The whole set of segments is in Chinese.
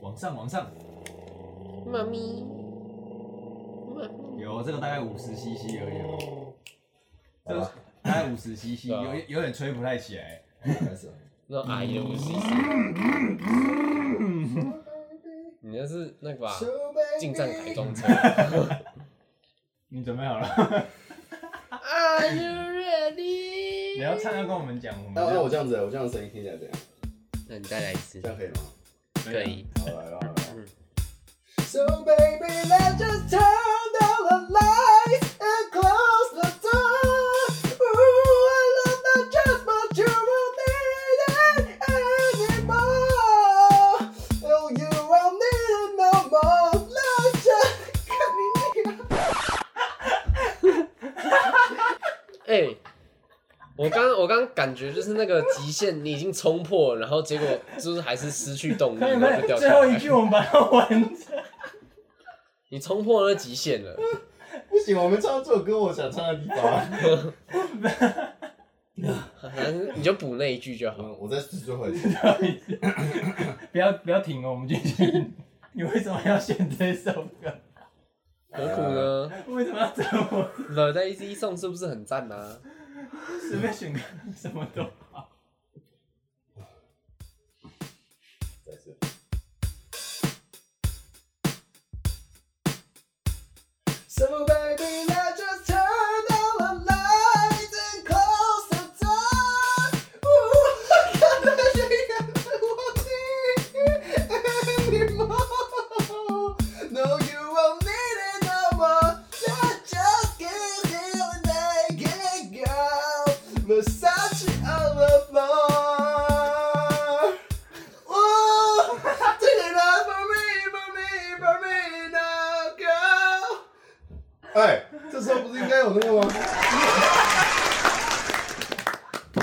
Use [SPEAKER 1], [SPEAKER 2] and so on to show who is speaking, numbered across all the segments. [SPEAKER 1] 往上往上，
[SPEAKER 2] 妈咪，妈咪，
[SPEAKER 1] 有这个大概五十 CC 而已哦，这个
[SPEAKER 3] 好吧
[SPEAKER 1] 大概五十 CC，
[SPEAKER 2] 对啊
[SPEAKER 1] 有有点吹不太起来。
[SPEAKER 3] 开始了。
[SPEAKER 2] 那种阿姨的五十 cc，你那是那
[SPEAKER 3] 啊
[SPEAKER 2] 个吧？进站啊改
[SPEAKER 3] 哎
[SPEAKER 2] 装车。
[SPEAKER 1] 你准备好了？
[SPEAKER 2] Are you ready？
[SPEAKER 1] 你要唱要跟我们讲，我们
[SPEAKER 3] 那那
[SPEAKER 1] 就
[SPEAKER 3] 我这样子，我这样的声音听起来怎样？
[SPEAKER 2] 那你再来一次
[SPEAKER 3] 这，样可以吗？
[SPEAKER 2] 可以。
[SPEAKER 3] 好来了，好来了
[SPEAKER 2] 嗯。
[SPEAKER 3] So baby, let's just turn down the lights and close the door. Ooh, I love not just what you will need it anymore. Oh, you won't need it no more. Let's just come in here.
[SPEAKER 2] 哎、我刚我刚感觉就是那个极限你已经冲破，然后结果就是还是失去 动力，
[SPEAKER 1] 可以可
[SPEAKER 2] 然后就
[SPEAKER 1] 以，
[SPEAKER 2] 掉
[SPEAKER 1] 最
[SPEAKER 2] 下
[SPEAKER 1] 后一
[SPEAKER 2] 来。
[SPEAKER 1] 句我们把它完成。
[SPEAKER 2] 你冲破那极限了，
[SPEAKER 3] 不行，我们唱到这首歌我想唱的地 方。
[SPEAKER 2] 反正你就补那一句就好。
[SPEAKER 3] 我我再试最 后一次。
[SPEAKER 1] 不要不要停哦，我们继续。你为什么要选这首歌？
[SPEAKER 2] 何苦呢？
[SPEAKER 1] 为什么要找 我？
[SPEAKER 2] 惹在 Easy 送是不是很赞啊？
[SPEAKER 1] 随便选个什么都好。
[SPEAKER 3] 再试。So baby, let's just turn down the lights and close the door. Ooh, I can't take it anymore. No, you won't need it no more. Let's just get here and make it go. Massage it on the floor. Ooh, take it up for me, for me, for me now, girl. 哎，这时候不是应该有那个吗？不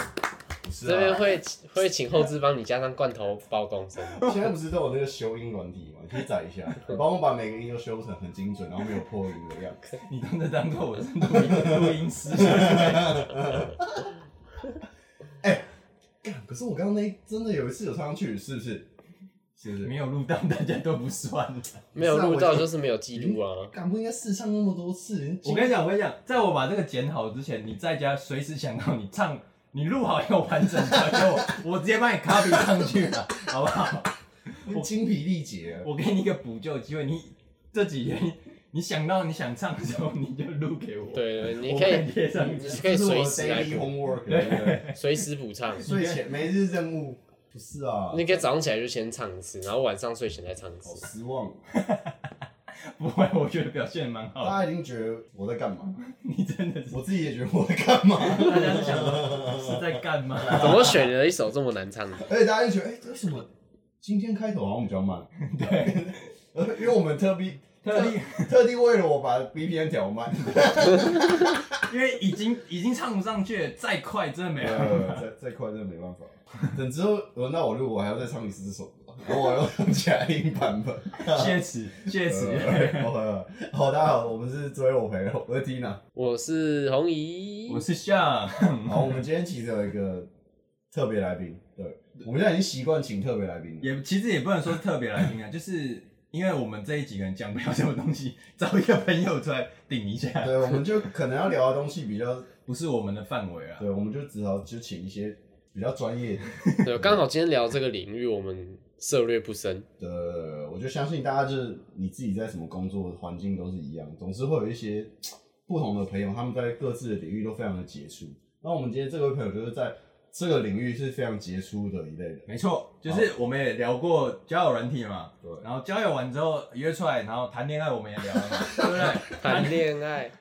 [SPEAKER 3] 是
[SPEAKER 2] 这边会会请后置帮你加上罐头包公声，
[SPEAKER 3] 现在不是都有那个修音软体吗？你可以载一下，你帮我把每个音都修成很精准，然后没有破音的样子。
[SPEAKER 1] 你真的当做我是录音录音师？
[SPEAKER 3] 干可是我刚刚那一真的有一次有唱上去，是不是？是不是
[SPEAKER 1] 没？有录到，大家都不算了。
[SPEAKER 2] 没有录到就是没有记录啊。
[SPEAKER 3] 干不应该试唱那么多次？
[SPEAKER 1] 我跟你讲，我跟你讲，在我把这个剪好之前，你在家随时想到你唱，你录好一个完整的给我，我直接帮你 copy 上去了，好不好？
[SPEAKER 3] 我精疲力竭啊。
[SPEAKER 1] 我给你一个补救机会，你这几天你你想到你想唱的时候，你就录给我。，
[SPEAKER 2] 对对，你
[SPEAKER 1] 我
[SPEAKER 2] 可
[SPEAKER 1] 可以
[SPEAKER 2] 以
[SPEAKER 1] 贴上去。
[SPEAKER 2] 你可以
[SPEAKER 3] 这是我
[SPEAKER 2] 随
[SPEAKER 3] 的
[SPEAKER 2] 时来
[SPEAKER 3] daily
[SPEAKER 2] 补，
[SPEAKER 3] homework，对不对？
[SPEAKER 2] 随时补唱。
[SPEAKER 3] 睡前每日任务不是啊，
[SPEAKER 2] 你可以早上起来就先唱一次，然后晚上睡前再唱一
[SPEAKER 3] 好
[SPEAKER 2] 次。
[SPEAKER 3] 失望。
[SPEAKER 1] 不会，我觉得表现蛮好的。
[SPEAKER 3] 大家已经觉得我在干嘛，
[SPEAKER 1] 你真的是，
[SPEAKER 3] 我自己也觉得我在干嘛，
[SPEAKER 1] 大家是想说是在干嘛？
[SPEAKER 2] 怎么选了一首这么难唱的？
[SPEAKER 3] 而且大家就觉得，哎、为什么今天开头好像比较慢？
[SPEAKER 1] 对，
[SPEAKER 3] 呃 因为我们特地
[SPEAKER 1] 特地
[SPEAKER 3] 特地为了我把 BPM 调慢，
[SPEAKER 1] 因为已经已经唱不上去了，再快真的没有。
[SPEAKER 3] 呃，再再快真的没办法。等之后轮到我录，我还要再唱一次这首歌， 然后我要唱起来音版本。
[SPEAKER 1] 谢词，谢词。
[SPEAKER 3] 呃呃好，大家好，我们是追我陪我，我是 Tina。
[SPEAKER 2] 我是红姨
[SPEAKER 1] 我，是向，
[SPEAKER 3] 好，我们今天其实有一个特别来宾，对，我们现在已经习惯请特别来宾了。
[SPEAKER 1] 也其实也不能说特别来宾啊，就是因为我们这一几个人讲不了什么东西， 找一个朋友出来顶一下，
[SPEAKER 3] 对，我们就可能要聊的东西比较，
[SPEAKER 1] 不是我们的范围啊。
[SPEAKER 3] 对，我们就只好就请一些比较专业
[SPEAKER 2] 对，刚好今天聊这个领域，我们涉略不深。
[SPEAKER 3] 的。我就相信大家就是你自己在什么工作环境都是一样，总是会有一些不同的朋友，他们在各自的领域都非常的杰出。那我们今天这位朋友就是在这个领域是非常杰出的一类人。
[SPEAKER 1] 没错，就是我们也聊过交友软体嘛，
[SPEAKER 3] 对
[SPEAKER 1] 然后交友完之后约出来，然后谈恋爱我们也聊了嘛， 对不对？
[SPEAKER 2] 谈恋爱，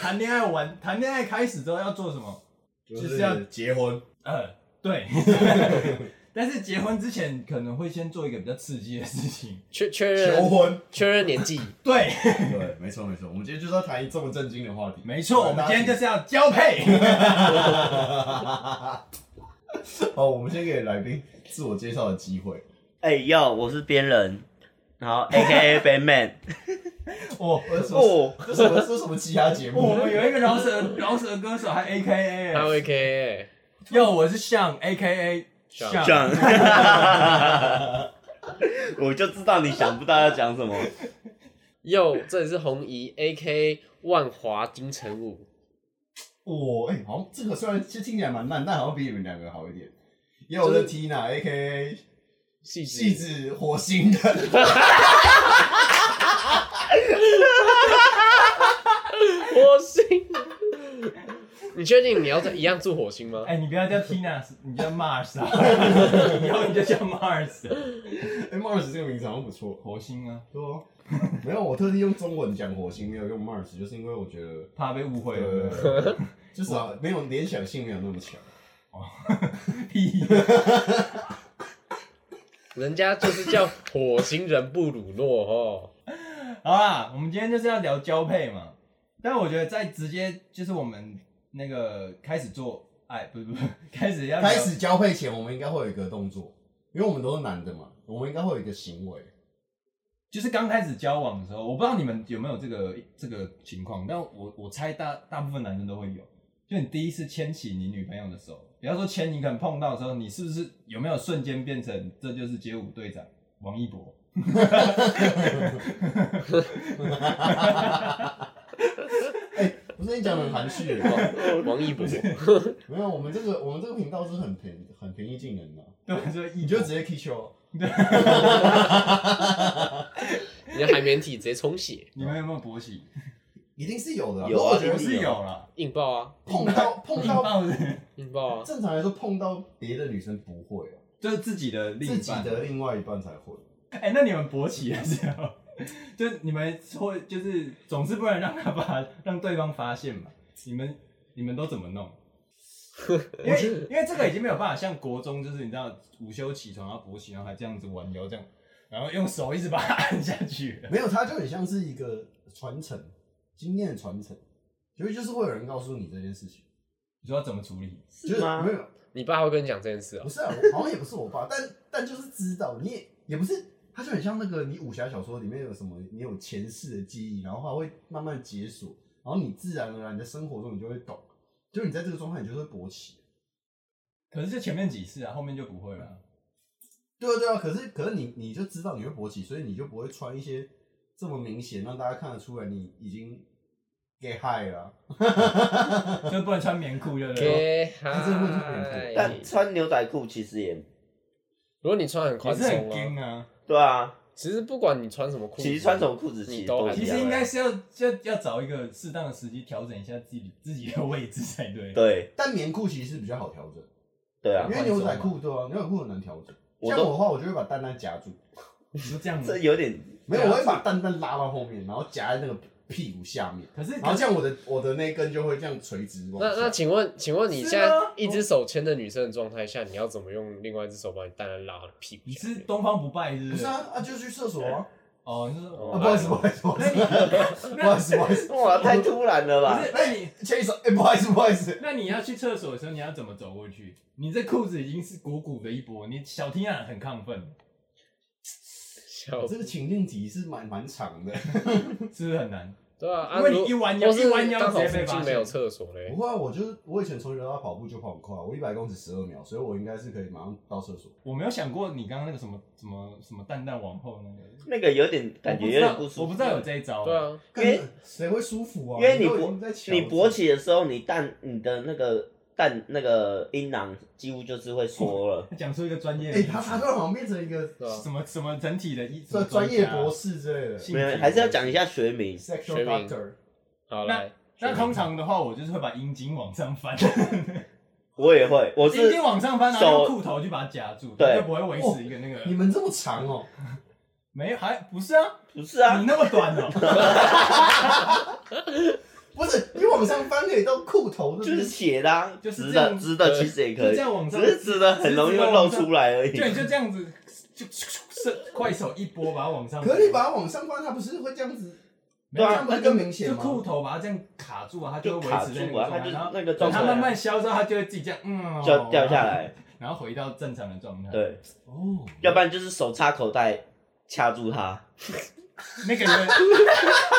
[SPEAKER 1] 谈恋爱完，谈恋爱开始之后要做什么？就是要
[SPEAKER 3] 结婚，
[SPEAKER 1] 呃， 对。但是结婚之前可能会先做一个比较刺激的事情，
[SPEAKER 2] 确确
[SPEAKER 3] 求
[SPEAKER 2] 认
[SPEAKER 3] 婚，
[SPEAKER 2] 确认年纪，
[SPEAKER 1] 对，
[SPEAKER 3] 对，没错没错，我们今天就是要谈一这么震惊的话题。
[SPEAKER 1] 没错，我们今天就是要交配。
[SPEAKER 3] 好，我们先给来宾自我介绍的机会。
[SPEAKER 4] 哎哟，我是边人，然后 A K A Batman。
[SPEAKER 1] 哦，
[SPEAKER 3] 这什么？
[SPEAKER 4] 哦，
[SPEAKER 3] 这什么？这什么其他节目？
[SPEAKER 1] 我们有一个饶舌饶舌歌手，还 A K A，
[SPEAKER 2] 还有 A K
[SPEAKER 1] 哟，我是向 A K A
[SPEAKER 2] 向
[SPEAKER 4] 这样，我就知道你想不到要讲什么。
[SPEAKER 2] 哟，这里是红姨，A K 万华金城武。
[SPEAKER 3] 哇，哎、好像这个虽然其实听起来蛮烂，但好像比你们两个好一点。也有的 Tina A K
[SPEAKER 2] 细致
[SPEAKER 3] 戏子火星的，
[SPEAKER 2] 火星。你确定你要在一样住火星吗？
[SPEAKER 1] 哎、你不要叫 Tina，你叫 Mars 啊， 以后你就叫 Mars，
[SPEAKER 3] 哎、m a r s 这个名字好像不错。
[SPEAKER 1] 火星啊，
[SPEAKER 3] 对啊， 没有，我特地用中文讲火星，没有用 Mars，就是因为我觉得，
[SPEAKER 1] 怕被误会了。
[SPEAKER 3] 呃，至少没有联想性没有那么强。
[SPEAKER 1] 屁！
[SPEAKER 2] 人家就是叫火星人布鲁诺哦。
[SPEAKER 1] 好啦，我们今天就是要聊交配嘛，但我觉得在直接就是我们那个开始做爱，不是不是，开始要聊
[SPEAKER 3] 开始交配前，我们应该会有一个动作，因为我们都是男的嘛，我们应该会有一个行为。
[SPEAKER 1] 就是刚开始交往的时候，我不知道你们有没有这个这个情况，但我我猜大大部分男生都会有。就你第一次牵起你女朋友的手，比方说牵你可能碰到的时候，你是不是有没有瞬间变成这就是街舞队长王一博？
[SPEAKER 3] 哎不是你讲的很含蓄耶，哦
[SPEAKER 2] 王一博，
[SPEAKER 3] 没有，我们这个我们这个频道是很平很平易近人的，
[SPEAKER 1] 对吧？就是
[SPEAKER 3] 你
[SPEAKER 1] 一
[SPEAKER 3] 就直接 K 球。
[SPEAKER 2] 你的海绵体直接充血，
[SPEAKER 1] 你们有没有勃起？
[SPEAKER 3] 一定是有的啊、
[SPEAKER 4] 有啊
[SPEAKER 3] 我觉
[SPEAKER 1] 我
[SPEAKER 3] 得
[SPEAKER 4] 一定
[SPEAKER 3] 是
[SPEAKER 1] 是有啦，
[SPEAKER 2] 硬爆啊，
[SPEAKER 3] 碰到碰
[SPEAKER 1] 引
[SPEAKER 3] 到，
[SPEAKER 1] 爆是
[SPEAKER 2] 硬爆啊！
[SPEAKER 3] 正常来说碰到别的女生不会啊，
[SPEAKER 1] 就是自己的另
[SPEAKER 3] 自
[SPEAKER 1] 一
[SPEAKER 3] 己
[SPEAKER 1] 半。
[SPEAKER 3] 的另外一半才会。
[SPEAKER 1] 哎、那你们勃起的时候，就你们会就是总是不能让他发让对方发现嘛？你们你们都怎么 弄？因为因为这个已经没有办法像国中，就是你知道午休起床然后勃起，然后还这样子弯腰这样，然后用手一直把它按下去。
[SPEAKER 3] 没有，它就很像是一个传承经验的传承，所以就是会有人告诉你这件事情，
[SPEAKER 1] 你说要怎么处理？
[SPEAKER 3] 就是没有
[SPEAKER 2] 你爸会跟你讲这件事啊
[SPEAKER 3] 不？是啊，我好 像也不是我爸，但但就是知道你也也不是，它就很像那个你武侠小说里面有什么，你有前世的记忆，然后它会慢慢解锁，然后你自然而然你在生活中你就会懂，就是你在这个状态你就会勃起。
[SPEAKER 1] 可是就前面几次啊，后面就不会了。
[SPEAKER 3] 对啊对啊，可是可是你你就知道你会勃起，所以你就不会穿一些这么明显让大家看得出来你已经 get high 了啊、
[SPEAKER 1] 啊就不能穿棉裤，对不对？
[SPEAKER 2] 给
[SPEAKER 3] 这个问题很
[SPEAKER 2] 嗨
[SPEAKER 3] 复
[SPEAKER 4] 但穿牛仔裤其实也
[SPEAKER 2] 如果你穿很
[SPEAKER 1] 也
[SPEAKER 2] 宽
[SPEAKER 1] 是很
[SPEAKER 2] 松
[SPEAKER 1] 硬
[SPEAKER 2] 啊，
[SPEAKER 1] 啊，
[SPEAKER 4] 对啊，
[SPEAKER 2] 其实不管你穿什么裤子，
[SPEAKER 4] 其实穿什么裤子其
[SPEAKER 2] 你
[SPEAKER 4] 实
[SPEAKER 2] 都
[SPEAKER 4] 都
[SPEAKER 2] 还
[SPEAKER 4] 一
[SPEAKER 1] 其
[SPEAKER 4] 样啊
[SPEAKER 1] 实应该是要要要找一个适当的时机调整一下自己自己的位置才对。
[SPEAKER 4] 对
[SPEAKER 3] 但棉裤其实是比较好调整，
[SPEAKER 4] 对啊
[SPEAKER 3] 因，为牛仔裤对啊，牛仔裤很难调整。
[SPEAKER 4] 我
[SPEAKER 3] 像
[SPEAKER 4] 都
[SPEAKER 3] 我的话，我就会把蛋蛋夹住，
[SPEAKER 1] 你说这样吗
[SPEAKER 4] 这有点
[SPEAKER 3] 没有，我会把蛋蛋拉到后面，然后夹在那个屁股下面，
[SPEAKER 1] 可是
[SPEAKER 4] 哎
[SPEAKER 3] 然后这样我的我的那根就会这样垂直往
[SPEAKER 2] 那那
[SPEAKER 3] 下。
[SPEAKER 2] 请问，请问你
[SPEAKER 1] 是
[SPEAKER 2] 现在
[SPEAKER 1] 吗
[SPEAKER 2] 一只手牵着女生的状态下，你要怎么用另外一只手把你蛋蛋拉到屁股
[SPEAKER 1] 你
[SPEAKER 2] 下
[SPEAKER 1] 是
[SPEAKER 2] 面？
[SPEAKER 1] 东方不败是
[SPEAKER 3] 不
[SPEAKER 1] 不是？
[SPEAKER 3] 是啊，啊就去厕所啊！
[SPEAKER 1] 哦，你是说
[SPEAKER 3] 啊，不好意思，不好意思，不好意
[SPEAKER 4] 哎
[SPEAKER 3] 思，不好意思，不好意思，
[SPEAKER 4] 哇，太突然了
[SPEAKER 1] 不
[SPEAKER 4] 吧？
[SPEAKER 1] 是？那你
[SPEAKER 3] 牵一手， 哎，不好意思，不好意思，
[SPEAKER 1] 那你要去厕所的时候，你要怎么走过去？你这裤子已经是鼓鼓的一波，你小听啊很亢奋，
[SPEAKER 4] 哦
[SPEAKER 2] 笑
[SPEAKER 3] 这个情境题是蛮蛮长的。
[SPEAKER 1] 是不是很难？
[SPEAKER 2] 对啊，啊
[SPEAKER 1] 因为
[SPEAKER 2] 如
[SPEAKER 1] 你一弯腰
[SPEAKER 2] 或是
[SPEAKER 1] 一弯腰
[SPEAKER 2] 刚好
[SPEAKER 1] 直接
[SPEAKER 2] 附
[SPEAKER 1] 被发
[SPEAKER 2] 近
[SPEAKER 1] 现
[SPEAKER 2] 没有厕所嘞
[SPEAKER 3] 不，会啊，我就是我以前从小到大跑步就跑很快，我一百公尺十二秒，所以我应该是可以马上到厕所。
[SPEAKER 1] 我没有想过你刚刚那个什么什么什么蛋蛋往后那个，
[SPEAKER 4] 那个有点感觉有点舒服。
[SPEAKER 1] 我不知道有这一招。
[SPEAKER 2] 对，啊，
[SPEAKER 4] 因为
[SPEAKER 3] 干谁会舒服啊？
[SPEAKER 4] 因为你
[SPEAKER 3] 都已
[SPEAKER 4] 勃
[SPEAKER 3] 经在瞧
[SPEAKER 4] 你勃起的时候，你蛋你的那个蛋那个阴囊几乎就是会缩了。
[SPEAKER 1] 讲出一个专业
[SPEAKER 3] 哎、
[SPEAKER 1] 的
[SPEAKER 3] 他他突然好像变成一个
[SPEAKER 2] 对啊
[SPEAKER 1] 什么什么啊整体的医，
[SPEAKER 3] 专专业博
[SPEAKER 1] 士。
[SPEAKER 3] 士之类的
[SPEAKER 4] 没有，还是要讲一下学名。
[SPEAKER 3] ，sexual
[SPEAKER 2] 学名
[SPEAKER 3] doctor。
[SPEAKER 1] 那
[SPEAKER 2] 好来，
[SPEAKER 3] 啊
[SPEAKER 1] 那通常的话，我就是会把阴茎往上翻，
[SPEAKER 4] 我也会，我
[SPEAKER 1] 阴
[SPEAKER 4] 是
[SPEAKER 1] 茎往上翻，然后
[SPEAKER 4] 手
[SPEAKER 1] 用裤头去把它夹住，
[SPEAKER 4] 对
[SPEAKER 1] 就不会维持一个那个。
[SPEAKER 3] 你们这么长哦、
[SPEAKER 1] 没有，还不是啊，
[SPEAKER 4] 不是啊
[SPEAKER 1] 你？那么短哦、
[SPEAKER 3] 不是你往上翻可以到裤头的，
[SPEAKER 4] 就是斜的、啊，
[SPEAKER 1] 就是
[SPEAKER 4] 直
[SPEAKER 1] 这
[SPEAKER 4] 的，
[SPEAKER 1] 样
[SPEAKER 4] 直的
[SPEAKER 2] 对
[SPEAKER 4] 其实也
[SPEAKER 1] 就
[SPEAKER 4] 可
[SPEAKER 1] 这
[SPEAKER 4] 以，
[SPEAKER 1] 样往上
[SPEAKER 4] 只是直的很容易会露出来而已。
[SPEAKER 1] 对，就这样子，就就是快手一波把它往上。
[SPEAKER 3] 可是你把它往上翻，它不是会这样子？
[SPEAKER 1] 没
[SPEAKER 4] 啊
[SPEAKER 1] 有
[SPEAKER 3] 这样不是更明显
[SPEAKER 1] 就裤
[SPEAKER 3] 吗？
[SPEAKER 1] 头把它这样卡住啊，它
[SPEAKER 4] 就
[SPEAKER 1] 会维
[SPEAKER 4] 卡
[SPEAKER 1] 持在那
[SPEAKER 4] 住
[SPEAKER 1] 个
[SPEAKER 4] 啊，它
[SPEAKER 1] 状态，
[SPEAKER 4] 就
[SPEAKER 1] 然后
[SPEAKER 4] 那个
[SPEAKER 1] 等
[SPEAKER 4] 状态
[SPEAKER 1] 它慢慢消之后，它就会自己这样，嗯，
[SPEAKER 4] 就要掉下，来。
[SPEAKER 1] 然后回到正常的状态。，
[SPEAKER 4] 对，
[SPEAKER 3] 哦，
[SPEAKER 4] 要不然就是手插口袋掐住它，
[SPEAKER 1] 那个有点，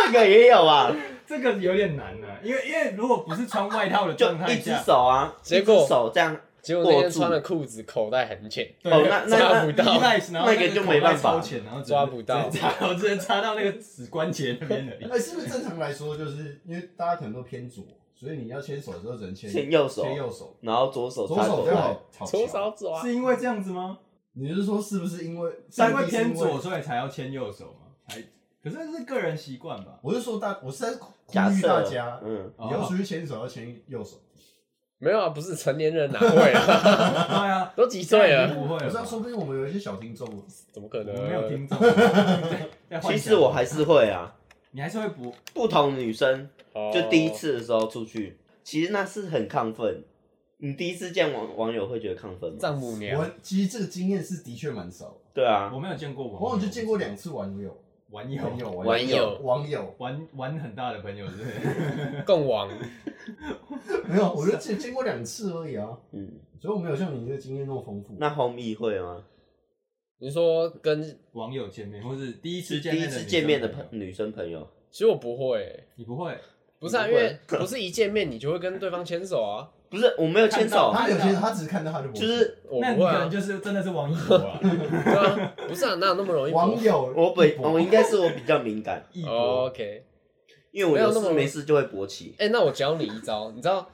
[SPEAKER 4] 这个也有啊，
[SPEAKER 1] 这个有点难啊，因为因为如果不是穿外套的
[SPEAKER 4] 就
[SPEAKER 1] 状态
[SPEAKER 4] 一只
[SPEAKER 1] 下，
[SPEAKER 4] 手啊，
[SPEAKER 2] 结果
[SPEAKER 4] 一只手这样
[SPEAKER 2] 结果那
[SPEAKER 4] 握
[SPEAKER 2] 天
[SPEAKER 4] 住
[SPEAKER 2] 穿的裤子口袋很浅，
[SPEAKER 1] 对
[SPEAKER 4] 哦那那
[SPEAKER 2] 抓不
[SPEAKER 1] 那
[SPEAKER 2] 到
[SPEAKER 1] 依赖，然后
[SPEAKER 4] 那个就没办法
[SPEAKER 1] 口袋超浅然后直接
[SPEAKER 2] 抓不到
[SPEAKER 1] 直接插我直接插到那个指关节那边而 已。
[SPEAKER 3] 哎，是不是正常来说，就是因为大家可能都偏左，所以你要牵手的时候只能牵
[SPEAKER 4] 牵右手
[SPEAKER 3] 牵右手，
[SPEAKER 4] 然后左手
[SPEAKER 3] 左
[SPEAKER 4] 插
[SPEAKER 3] 手
[SPEAKER 4] 口
[SPEAKER 3] 最
[SPEAKER 4] 袋，
[SPEAKER 3] 好好
[SPEAKER 2] 搓
[SPEAKER 3] 翘
[SPEAKER 2] 手抓。
[SPEAKER 1] 是因为这样子吗？
[SPEAKER 3] 你是说是不是因为
[SPEAKER 1] 是因为偏？
[SPEAKER 3] 是因
[SPEAKER 1] 左
[SPEAKER 3] 为
[SPEAKER 1] 所以才要牵右手吗？才可是这是个人习惯吧？
[SPEAKER 3] 我是说大，我是在呼
[SPEAKER 4] 假
[SPEAKER 3] 吁
[SPEAKER 4] 设
[SPEAKER 3] 大家，
[SPEAKER 4] 嗯，
[SPEAKER 3] 你要出去牵手要牵右手。
[SPEAKER 2] 没有啊，不是成年人哪会啊？
[SPEAKER 1] 对啊，
[SPEAKER 2] 都几岁
[SPEAKER 1] 现在已
[SPEAKER 2] 了？
[SPEAKER 1] 经不会
[SPEAKER 3] 我
[SPEAKER 4] 啊
[SPEAKER 1] 了
[SPEAKER 3] 知道，
[SPEAKER 1] 吧。
[SPEAKER 3] 说不定我们有一些小听众，
[SPEAKER 2] 怎么可
[SPEAKER 1] 我
[SPEAKER 2] 能？
[SPEAKER 1] 没有 听众。
[SPEAKER 4] 其实我还是会啊，
[SPEAKER 1] 你还是会不
[SPEAKER 4] 不同女生
[SPEAKER 2] 哦，
[SPEAKER 4] 就第一次的时候出去，其实那是很亢奋。你第一次见网网友会觉得亢奋吗？
[SPEAKER 2] 丈母娘
[SPEAKER 3] 我其实这个经验是的确蛮少的，
[SPEAKER 4] 对啊，
[SPEAKER 1] 我没有见过网友，
[SPEAKER 3] 我好像就见过两次网友，
[SPEAKER 1] 网友
[SPEAKER 3] 网友，
[SPEAKER 2] 网友
[SPEAKER 3] 网友，
[SPEAKER 1] 玩玩很大的朋友，是不是？
[SPEAKER 2] 共王，
[SPEAKER 3] 没有，我就见见过两次而已啊，
[SPEAKER 4] 嗯，
[SPEAKER 3] 所以我没有像你这个经验那么丰富。
[SPEAKER 4] 那 homie 会吗？
[SPEAKER 2] 你说跟
[SPEAKER 1] 网友见面，或是第一次
[SPEAKER 4] 是
[SPEAKER 1] 见
[SPEAKER 4] 第
[SPEAKER 1] 面
[SPEAKER 4] 一
[SPEAKER 1] 的
[SPEAKER 4] 次
[SPEAKER 1] 女
[SPEAKER 4] 见面的
[SPEAKER 1] 生
[SPEAKER 4] 朋
[SPEAKER 1] 友，
[SPEAKER 4] 女生朋友，
[SPEAKER 2] 其实我不会欸、
[SPEAKER 1] 你不会？
[SPEAKER 2] 不是啊，
[SPEAKER 4] 你不
[SPEAKER 2] 因
[SPEAKER 4] 会
[SPEAKER 2] 为不是一见面你就会跟对方牵手啊，
[SPEAKER 4] 不是我没有牵手，
[SPEAKER 3] 他有些他只是看到他就不
[SPEAKER 4] 就是
[SPEAKER 2] 我
[SPEAKER 1] 那
[SPEAKER 2] 不
[SPEAKER 1] 你
[SPEAKER 2] 会
[SPEAKER 1] 可能
[SPEAKER 2] 啊，
[SPEAKER 1] 就是真的是网友 啊，
[SPEAKER 2] 对啊，不是啊，哪有那么容易
[SPEAKER 3] 网
[SPEAKER 2] 博？
[SPEAKER 3] 友，
[SPEAKER 4] 我 本
[SPEAKER 3] 我
[SPEAKER 4] 我应该是我比较敏感，
[SPEAKER 1] 异
[SPEAKER 2] 哦
[SPEAKER 1] 国
[SPEAKER 2] OK，
[SPEAKER 4] 因为我
[SPEAKER 2] 没有
[SPEAKER 4] 有
[SPEAKER 2] 那么
[SPEAKER 4] 事没事就会勃起，
[SPEAKER 2] 哎、那我教你一招，你知道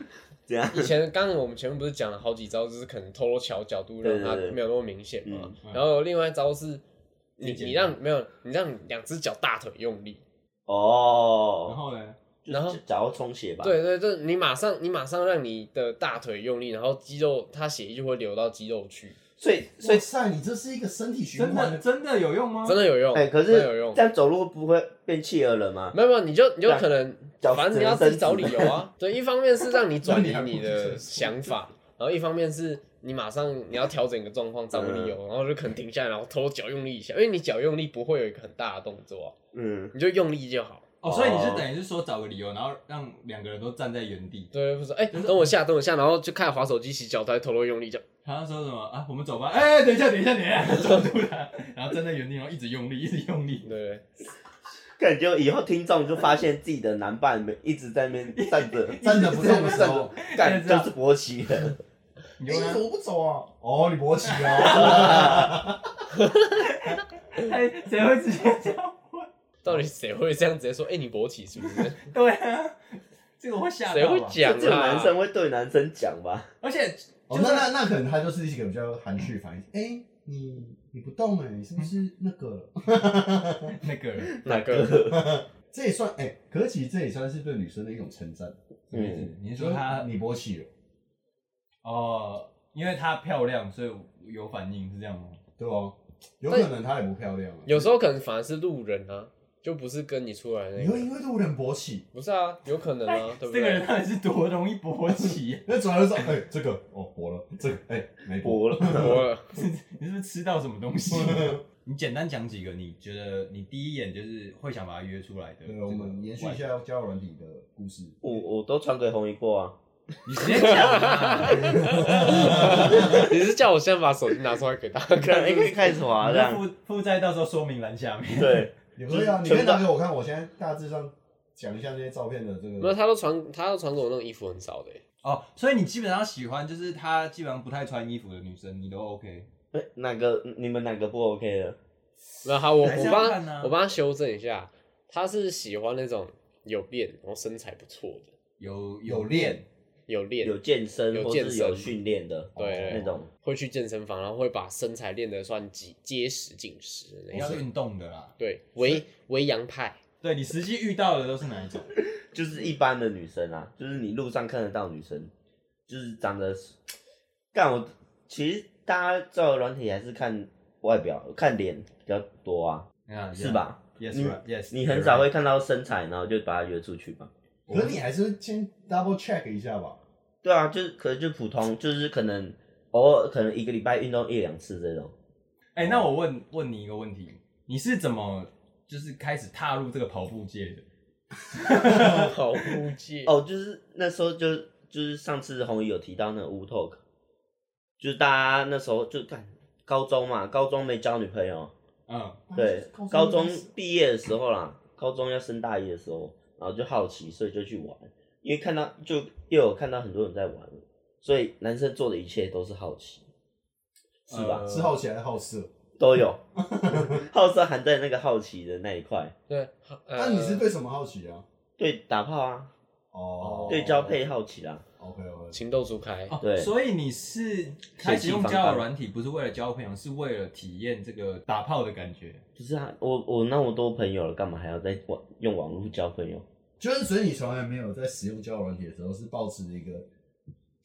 [SPEAKER 4] 这 样，
[SPEAKER 2] 以前刚刚我们前面不是讲了好几招，就是可能偷偷瞧角度
[SPEAKER 4] 对
[SPEAKER 2] 让
[SPEAKER 4] 对
[SPEAKER 2] 它
[SPEAKER 4] 对
[SPEAKER 2] 没有那么明显嘛。
[SPEAKER 4] 嗯
[SPEAKER 1] 嗯
[SPEAKER 2] 然后另外一招是，你
[SPEAKER 1] 自己剪
[SPEAKER 2] 你让没有你让两只脚大腿用力，
[SPEAKER 1] 然
[SPEAKER 4] 哦，
[SPEAKER 1] 后呢？
[SPEAKER 4] 就是
[SPEAKER 2] 然后
[SPEAKER 4] 脚要充血吧，，
[SPEAKER 2] 对对对，你马上你马上让你的大腿用力，然后肌肉它血液就会流到肌肉去，
[SPEAKER 4] 所以所
[SPEAKER 3] 哇
[SPEAKER 4] 以
[SPEAKER 3] 塞，你这是一个身体循
[SPEAKER 1] 真
[SPEAKER 3] 环
[SPEAKER 1] 的
[SPEAKER 3] 的，
[SPEAKER 1] 真的有用吗？
[SPEAKER 2] 真的有用，
[SPEAKER 4] 哎，可
[SPEAKER 2] 真的有
[SPEAKER 4] 是
[SPEAKER 2] 用
[SPEAKER 4] 这。样走路不会变企鹅人吗？
[SPEAKER 2] 没有没有，你就你就
[SPEAKER 4] 对啊
[SPEAKER 2] 可能，
[SPEAKER 4] 脚
[SPEAKER 2] 反正你要自己找理由啊。 对，一方面是让你转移你
[SPEAKER 3] 那你还不
[SPEAKER 2] 的
[SPEAKER 3] 如，
[SPEAKER 2] 想法，然后一方面是你马上你要调整一个状况，找个理由，然后就可能停下来，然后偷偷脚用力一下，因为你脚用力不会有一个很大的动作啊，
[SPEAKER 4] 嗯，
[SPEAKER 2] 你就用力就好。
[SPEAKER 1] 哦，所以你是等于是说找个理由，然后让两个人都站在原地。
[SPEAKER 2] 对，不说哎，等我下，等我下，然后就开始划手机、洗脚，他偷偷用力就
[SPEAKER 1] 好像说什么啊，我们走吧。哎、等一下，等一下，等一下， 抓住他，然后站在原地，然后哦一直用力，一直用力。
[SPEAKER 2] 对，
[SPEAKER 4] 感觉以后听众就发现自己的男伴们一直在那边站着
[SPEAKER 3] 站着不动的时
[SPEAKER 4] 站着
[SPEAKER 3] 候，
[SPEAKER 4] 干
[SPEAKER 1] 现
[SPEAKER 4] 就
[SPEAKER 1] 在
[SPEAKER 4] 是勃起人，
[SPEAKER 1] 哎你就
[SPEAKER 3] 你为
[SPEAKER 1] 跟
[SPEAKER 3] 什
[SPEAKER 1] 他
[SPEAKER 3] 么不走啊？哦，你勃起啊？
[SPEAKER 1] 哎谁会直接这样问？
[SPEAKER 2] 到底谁会这样直接说？哎，你勃起是不是？
[SPEAKER 1] 对啊，这个会吓
[SPEAKER 2] 谁
[SPEAKER 1] 到
[SPEAKER 2] 会
[SPEAKER 1] 吧？
[SPEAKER 2] 讲
[SPEAKER 4] 只有
[SPEAKER 2] 啊
[SPEAKER 4] 男？生会对男生讲吧？
[SPEAKER 1] 而且
[SPEAKER 3] 哦，那那那可能他就是一个比较含蓄反应。哎，你你不动哎，你是不是那个 了？
[SPEAKER 1] 那个，
[SPEAKER 2] 哪个？
[SPEAKER 3] 这也算哎，可是其实这也算是对女生的一种称赞。
[SPEAKER 4] 嗯，
[SPEAKER 1] 嗯，你说他
[SPEAKER 3] 就是你勃起了，
[SPEAKER 1] 哦，因为她漂亮，所以有反应是这样吗？
[SPEAKER 3] 对哦，有可能她也不漂亮啊。
[SPEAKER 2] 有时候可能反而是路人啊，就不是跟你出来的那
[SPEAKER 3] 你
[SPEAKER 2] 个
[SPEAKER 3] 会。因为路人勃起，
[SPEAKER 2] 不是啊，有可能啊，对
[SPEAKER 1] 哎这
[SPEAKER 2] 不对？
[SPEAKER 1] 个人到底是多容易勃起、啊
[SPEAKER 3] 那转头说哎这个哦勃了，这个哎没勃。
[SPEAKER 4] 勃了，
[SPEAKER 2] 我了
[SPEAKER 1] 你是不是吃到什么东 西？你简单讲几个，你觉得你第一眼就是会想把他约出来的？
[SPEAKER 3] 对，我们延续一，下交友软体的故事。
[SPEAKER 4] 我我都传给红衣过啊，
[SPEAKER 1] 你直接讲、啊。
[SPEAKER 2] 你是叫我先把手机拿出来给大 家看？
[SPEAKER 4] 一开始滑啊这样，
[SPEAKER 1] 你就附附在到时候说明栏下面。
[SPEAKER 4] 对，
[SPEAKER 3] 也可以啊，你可以拿给我看，我现在大致上讲一下那些照片的这
[SPEAKER 2] 没有，
[SPEAKER 3] 个。
[SPEAKER 2] 他都传，他都传给我那种衣服很少的欸、
[SPEAKER 1] 哦，所以你基本上喜欢就是她基本上不太穿衣服的女生，你都 OK。
[SPEAKER 4] 哎哪个你们哪个不 OK 的？
[SPEAKER 2] 然后我
[SPEAKER 1] 还是
[SPEAKER 2] 我
[SPEAKER 1] 要
[SPEAKER 2] 帮
[SPEAKER 1] 看
[SPEAKER 2] 他
[SPEAKER 1] 啊
[SPEAKER 2] 我帮他修正一下，他是喜欢那种有练，然后身材不错的，
[SPEAKER 1] 有
[SPEAKER 3] 有练，
[SPEAKER 2] 有练，
[SPEAKER 4] 有健身
[SPEAKER 2] 有
[SPEAKER 4] 或
[SPEAKER 2] 健
[SPEAKER 4] 是有
[SPEAKER 2] 身
[SPEAKER 4] 训练的，
[SPEAKER 2] 对
[SPEAKER 4] 那种
[SPEAKER 2] 会去健身房，然后会把身材练得算结结实紧实的
[SPEAKER 1] 你
[SPEAKER 2] 那
[SPEAKER 1] 要
[SPEAKER 2] 种。
[SPEAKER 1] 运动的啦。
[SPEAKER 2] 对，维维扬派，
[SPEAKER 1] 对你实际遇到的都是 哪一种？
[SPEAKER 4] 就是一般的女生啊，就是你路上看得到女生，就是长得，干我其实大家照软体还是看外表、看脸比较多啊，
[SPEAKER 1] 啊
[SPEAKER 4] 是吧？
[SPEAKER 1] ？Yes,
[SPEAKER 4] 你
[SPEAKER 1] right, yes。
[SPEAKER 4] 你很少会看到身材，然后就把她约出去吧？
[SPEAKER 3] 可是你还是先 double check 一下吧。
[SPEAKER 4] 对啊，就是可能就普通，就是可能偶尔可能一个礼拜运动一两次这种。
[SPEAKER 1] 哎、那我问问你一个问题，你是怎么就是开始踏入这个跑步界的？
[SPEAKER 2] 跑步界。
[SPEAKER 4] 哦，就是那时候就就是上次红衣有提到那个 Wu Talk，就是大家那时候就干高中嘛，高中没交女朋友，
[SPEAKER 1] 嗯，
[SPEAKER 3] 哦
[SPEAKER 4] 对，高中
[SPEAKER 3] 开始
[SPEAKER 4] 毕业的时候啦，高中要升大一的时候，然后就好奇，所以就去玩，因为看到就又有看到很多人在玩，所以男生做的一切都是好奇，是吧？
[SPEAKER 1] 呃
[SPEAKER 3] 是好奇还是好色？
[SPEAKER 4] 都有，好色含在那个好奇的那一块。
[SPEAKER 2] 对，
[SPEAKER 1] 呃
[SPEAKER 3] 那你是对什么好奇啊？
[SPEAKER 4] 对打炮啊，
[SPEAKER 3] 哦，
[SPEAKER 4] 对交。配好奇啦、
[SPEAKER 3] OK OK，
[SPEAKER 2] 情窦初开，
[SPEAKER 1] 哦
[SPEAKER 4] 对
[SPEAKER 1] 所以你是开始用交友软体，不是为了交朋友，是为了体验这个打炮的感觉。
[SPEAKER 4] 不是啊，我我那么多朋友了，干嘛还要再网用网络交朋友？
[SPEAKER 3] 就是所以你从来没有在使用交友软体的时候是保持一个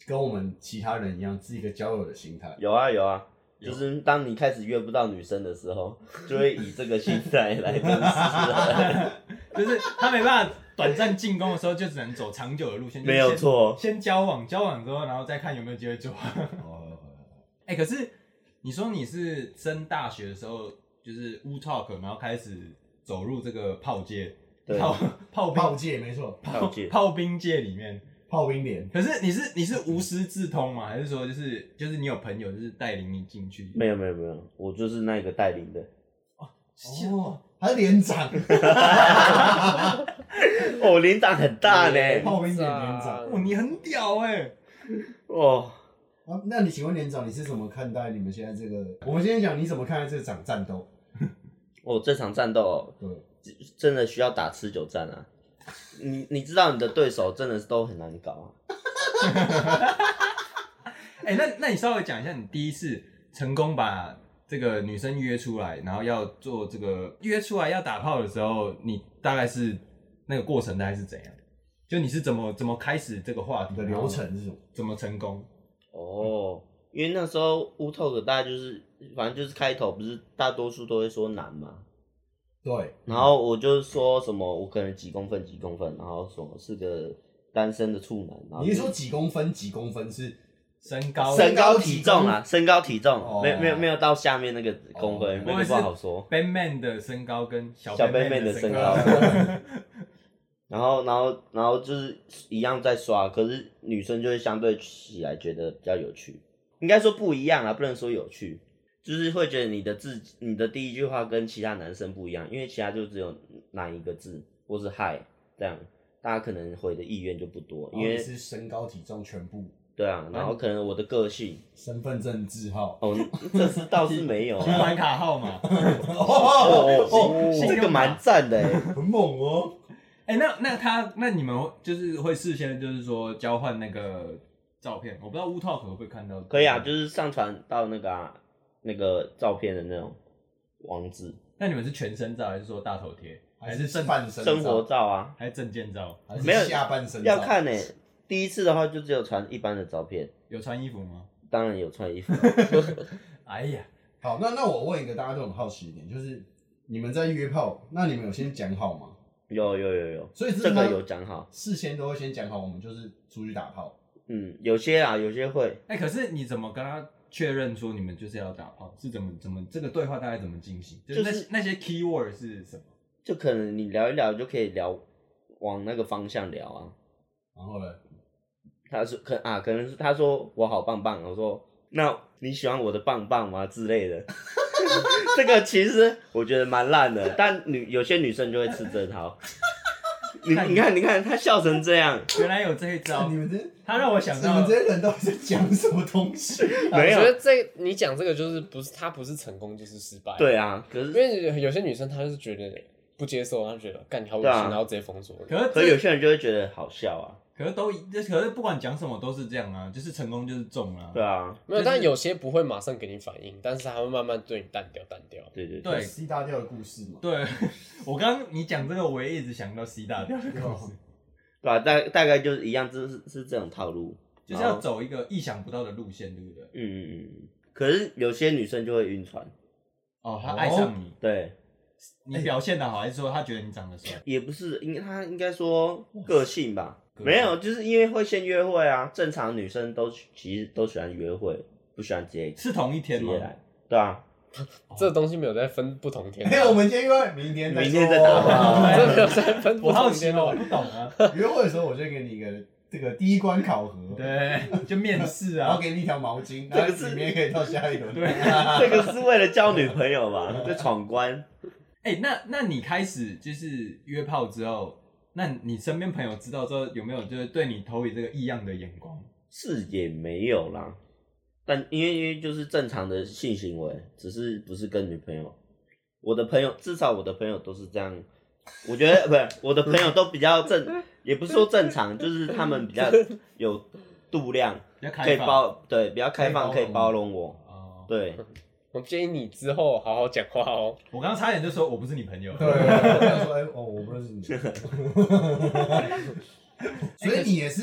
[SPEAKER 3] 跟我们其他人一样是一个交友的心态。
[SPEAKER 4] 有啊有啊，就是当你开始约不到女生的时候，就会以这个心态来 认识人
[SPEAKER 1] 就是他没办法短暂进攻的时候，就只能走长久的路线。就是
[SPEAKER 4] 没有
[SPEAKER 1] 先，
[SPEAKER 4] 错。
[SPEAKER 1] 先交往，交往之后，然后再看有没有机会做。
[SPEAKER 3] 哦，
[SPEAKER 1] 哎、可是你说你是升大学的时候，就是乌 talk，然后开始走入这个炮界，
[SPEAKER 4] 对
[SPEAKER 1] 炮炮
[SPEAKER 3] 炮
[SPEAKER 1] 兵
[SPEAKER 3] 界没错，
[SPEAKER 4] 炮界
[SPEAKER 1] 炮兵界里面。
[SPEAKER 3] 炮兵脸。
[SPEAKER 1] 可是你是你是无师自通吗？还是说就是就是你有朋友就是带领你进去？
[SPEAKER 4] 没有没有没有，我就是那个带领的，
[SPEAKER 3] 哦， 他连 长，
[SPEAKER 4] 哦，连长很大呢，
[SPEAKER 3] 炮兵脸连长。
[SPEAKER 1] 哦，你很屌哎、
[SPEAKER 4] 哦，
[SPEAKER 3] 啊，那你请问连长，你是怎么看待你们现在这个？我们先讲你怎么看待这场战斗？
[SPEAKER 4] 哦，这场战斗
[SPEAKER 3] 对，
[SPEAKER 4] 真的需要打持久战啊！你你知道你的对手真的是都很难搞啊，
[SPEAKER 1] 哎、那那你稍微讲一下你第一次成功把这个女生约出来，然后要做这个约出来要打炮的时候，你大概是那个过程大概是怎样？就你是怎么怎么开始这个话题
[SPEAKER 3] 你的流，程是什么？
[SPEAKER 1] 然后怎么成功？
[SPEAKER 4] 哦，因为那时候乌透的大家就是，反正就是开头不是大多数都会说难嘛，
[SPEAKER 3] 对，
[SPEAKER 4] 然后我就说什么我可能几公分几公分，然后什么是个单身的处男，然后
[SPEAKER 3] 你是说几公分？几公分是？
[SPEAKER 1] 身高
[SPEAKER 4] 身
[SPEAKER 3] 高
[SPEAKER 4] 高
[SPEAKER 3] 体
[SPEAKER 4] 体重
[SPEAKER 3] 重
[SPEAKER 4] 啊，身高体重，
[SPEAKER 3] 哦
[SPEAKER 4] 没有没有没有到下面那个公分，
[SPEAKER 3] 哦
[SPEAKER 4] 没有不好说。
[SPEAKER 1] b a n Man 的身高跟小
[SPEAKER 4] 小
[SPEAKER 1] Batman
[SPEAKER 4] Batman 的身
[SPEAKER 1] 高，
[SPEAKER 4] 然后，然后，然后就是一样在刷，可是女生就会相对起来觉得比较有趣，应该说不一样啊，不能说有趣，就是会觉得你的字，你的第一句话跟其他男生不一样，因为其他就只有哪一个字或是嗨这样，大家可能回的意愿就不多，因
[SPEAKER 3] 因为
[SPEAKER 4] 为
[SPEAKER 3] 哦是身高体重全部，
[SPEAKER 4] 对哦啊，然后可能我的个性
[SPEAKER 3] 身份证字号。
[SPEAKER 4] 哦，这是倒是没有、
[SPEAKER 1] 提
[SPEAKER 4] 啊，
[SPEAKER 1] 款卡号码。
[SPEAKER 4] 哦
[SPEAKER 3] 哦，
[SPEAKER 4] 哦，
[SPEAKER 1] 信用卡
[SPEAKER 4] 这个蛮赞的欸
[SPEAKER 3] 很猛哦。
[SPEAKER 1] 哎、那那他那你们就是会事先就是说交换那个照片，我不知道乌套可不可以看到？
[SPEAKER 4] 可以啊，就是上传到那个、啊、那个照片的那种网址。
[SPEAKER 1] 那你们是全身照还是说大头贴，还是正
[SPEAKER 3] 半身
[SPEAKER 4] 生活
[SPEAKER 3] 照
[SPEAKER 4] 照啊，
[SPEAKER 1] 还是证件照？
[SPEAKER 3] 还是
[SPEAKER 4] 没有
[SPEAKER 3] 下半身照
[SPEAKER 4] 要看呢、第一次的话就只有传一般的照片，
[SPEAKER 1] 有穿衣服吗？
[SPEAKER 4] 当然有穿衣服。啊
[SPEAKER 1] 哎呀，
[SPEAKER 3] 好，那那我问一个大家都很好奇一点，就是你们在约炮，那你们有先讲好吗？
[SPEAKER 4] 有有有有，
[SPEAKER 3] 所以
[SPEAKER 4] 这
[SPEAKER 3] 他
[SPEAKER 4] 个有讲好。
[SPEAKER 3] 事先都会先讲好，我们就是出去打炮。
[SPEAKER 4] 嗯，有些啊，有些会。
[SPEAKER 1] 哎、可是你怎么跟他确认说你们就是要打炮？是怎么怎么这个对话大概怎么进行？就是那、
[SPEAKER 4] 就是
[SPEAKER 1] 那些 key word 是什么？
[SPEAKER 4] 就可能你聊一聊就可以聊往那个方向聊啊。
[SPEAKER 3] 然后呢？
[SPEAKER 4] 他说可啊，可能是他说我好棒棒，我说那你喜欢我的棒棒吗之类的。 这个其实我觉得蛮烂的，但女有些女生就会吃这套。你你看你看他笑成这样，
[SPEAKER 1] 原来有这一招
[SPEAKER 3] 你，们这
[SPEAKER 1] 他让我想
[SPEAKER 3] 你
[SPEAKER 1] 到
[SPEAKER 3] 们这些人到底在讲什么东西？
[SPEAKER 4] 没有
[SPEAKER 2] 我觉得这你讲这个就是不是他不是成功就是失败，，
[SPEAKER 4] 对啊，可
[SPEAKER 2] 因
[SPEAKER 4] 是
[SPEAKER 2] 为有些女生她就是觉得不接受，她就觉得干你好恶
[SPEAKER 4] 对
[SPEAKER 2] 心，
[SPEAKER 4] 啊
[SPEAKER 2] 然后直接封锁你。
[SPEAKER 1] 可是
[SPEAKER 4] 可是有
[SPEAKER 1] 这
[SPEAKER 4] 些人就会觉得好笑啊。
[SPEAKER 1] 可是都可是不管讲什么都是这样啊，就是成功就是中啊。
[SPEAKER 4] 对啊，
[SPEAKER 2] 没有，
[SPEAKER 1] 就是
[SPEAKER 2] 但有些不会马上给你反应，但是他会慢慢对你淡掉淡掉。
[SPEAKER 4] 对对
[SPEAKER 1] 对
[SPEAKER 3] C 大调的故事嘛。
[SPEAKER 1] 对，我刚刚你讲这个，我也一直想到 C 大调的
[SPEAKER 3] 哦
[SPEAKER 4] 哦
[SPEAKER 1] 故事，
[SPEAKER 4] 对啊，大大概就是一样，就是是这种套路，
[SPEAKER 1] 就是
[SPEAKER 4] 然
[SPEAKER 1] 要
[SPEAKER 4] 后
[SPEAKER 1] 走一个意想不到的路线，对不对？
[SPEAKER 4] 嗯嗯嗯嗯。可是有些女生就会晕船，
[SPEAKER 1] 哦，他爱上你，
[SPEAKER 4] 对，哦哎
[SPEAKER 1] 你表现的好，还是说他觉得你长得帅？
[SPEAKER 4] 也不是应她应该说个性吧，
[SPEAKER 1] 个性
[SPEAKER 4] 没有，就是因为会先约会啊，正常女生都其实都喜欢约会，不喜欢直接
[SPEAKER 1] 是同一天
[SPEAKER 4] 直
[SPEAKER 1] 吗
[SPEAKER 4] 接？来，对啊，
[SPEAKER 1] 哦
[SPEAKER 2] 这个东西没有在分不同天，
[SPEAKER 3] 没有，我们今天约会，明天再
[SPEAKER 4] 明天再打 吧
[SPEAKER 2] 这没有在分不
[SPEAKER 1] 我好
[SPEAKER 2] 同
[SPEAKER 1] 奇
[SPEAKER 2] 天
[SPEAKER 1] 哦，我
[SPEAKER 2] 的。
[SPEAKER 1] 不懂 啊。
[SPEAKER 3] 约会的时候，我就给你一个这个第一关考核，，
[SPEAKER 1] 对，就面试
[SPEAKER 3] 然后
[SPEAKER 1] 啊。
[SPEAKER 3] 给你一条毛巾，
[SPEAKER 4] 这
[SPEAKER 3] 然
[SPEAKER 4] 个
[SPEAKER 3] 后
[SPEAKER 4] 是
[SPEAKER 3] 里面可以到下一轮。
[SPEAKER 1] 对，
[SPEAKER 4] 这个是为了交女朋 友吧，就闯关。
[SPEAKER 1] 哎、那那你开始就是约炮之后，那你身边朋友知道之后，有没有就是对你投以这个异样的眼光？
[SPEAKER 4] 是也没有啦，但因为因为就是正常的性行为，只是不是跟女朋友。我的朋友，至少我的朋友都是这样。我觉得不是我的朋友都比较正，也不是说正常，就是他们比 较有度量，
[SPEAKER 1] 比较开放
[SPEAKER 4] 可以包对比较开放，
[SPEAKER 1] 可
[SPEAKER 4] 可
[SPEAKER 1] 以
[SPEAKER 4] 以
[SPEAKER 1] 包
[SPEAKER 4] 包
[SPEAKER 1] 容
[SPEAKER 4] 容我。
[SPEAKER 1] 哦，
[SPEAKER 4] 对，
[SPEAKER 2] 我建议你之后好好讲话哦。
[SPEAKER 1] 我刚刚差点就说我不是你朋友，
[SPEAKER 3] 对，我想说，哎、哦，我不认 识你，所以你也是，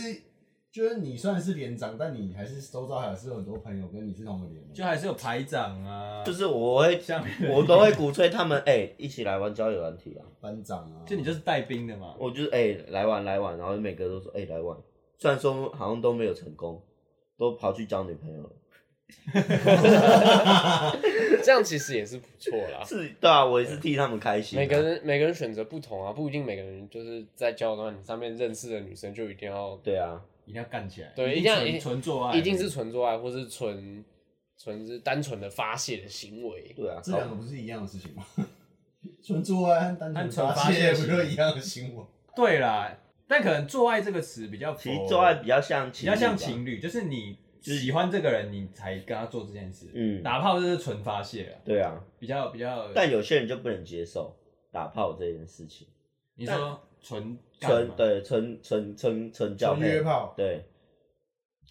[SPEAKER 3] 就是你虽然是连长，但你还是周遭还是有很多朋友跟你是同个连
[SPEAKER 1] 就
[SPEAKER 3] 的。
[SPEAKER 1] 还是有排长啊，
[SPEAKER 4] 就是我 会，
[SPEAKER 1] 下面的
[SPEAKER 4] 我都会鼓吹他们，哎、一起来玩交友软体啊。
[SPEAKER 3] 班长啊，
[SPEAKER 1] 就你就是带兵的嘛，
[SPEAKER 4] 我就是哎、来玩来玩，然后每个都说哎、来玩，虽然说好像都没有成功，都跑去交女朋友了。
[SPEAKER 2] 这样其实也是不错啦。
[SPEAKER 4] 是，对啊，我也是替他们开心、啊。
[SPEAKER 2] 每个人每个人选择不同啊，不一定每个人就是在交友软件上面认识的女生就一定要，
[SPEAKER 4] 对啊，
[SPEAKER 1] 一定要干起来，
[SPEAKER 2] 对
[SPEAKER 1] 一
[SPEAKER 2] 一定要
[SPEAKER 1] 纯
[SPEAKER 2] 一
[SPEAKER 1] 纯做爱，
[SPEAKER 2] 一定是纯做爱或是纯纯是单纯的发泄的行为。
[SPEAKER 4] 对啊，
[SPEAKER 3] 这两个不是一样的事情吗？ 纯做爱和单纯
[SPEAKER 1] 单纯
[SPEAKER 3] 发
[SPEAKER 1] 发泄
[SPEAKER 3] 泄不就一样的新闻？
[SPEAKER 1] 对啦，但可能做爱这个词比较
[SPEAKER 4] 其实
[SPEAKER 1] for-
[SPEAKER 4] 做爱比较像
[SPEAKER 1] 比
[SPEAKER 4] 情侣吧，
[SPEAKER 1] 较像情侣，就是你喜欢这个人，你才跟他做这件事，
[SPEAKER 4] 嗯
[SPEAKER 1] 打炮就是纯发泄啊，
[SPEAKER 4] 对啊，
[SPEAKER 1] 比较比较，
[SPEAKER 4] 但有些人就不能接受打炮这件事情，
[SPEAKER 1] 你说纯干嘛
[SPEAKER 4] 纯对纯纯纯纯 交
[SPEAKER 3] 纯
[SPEAKER 4] 配
[SPEAKER 3] 约，炮，
[SPEAKER 4] 对，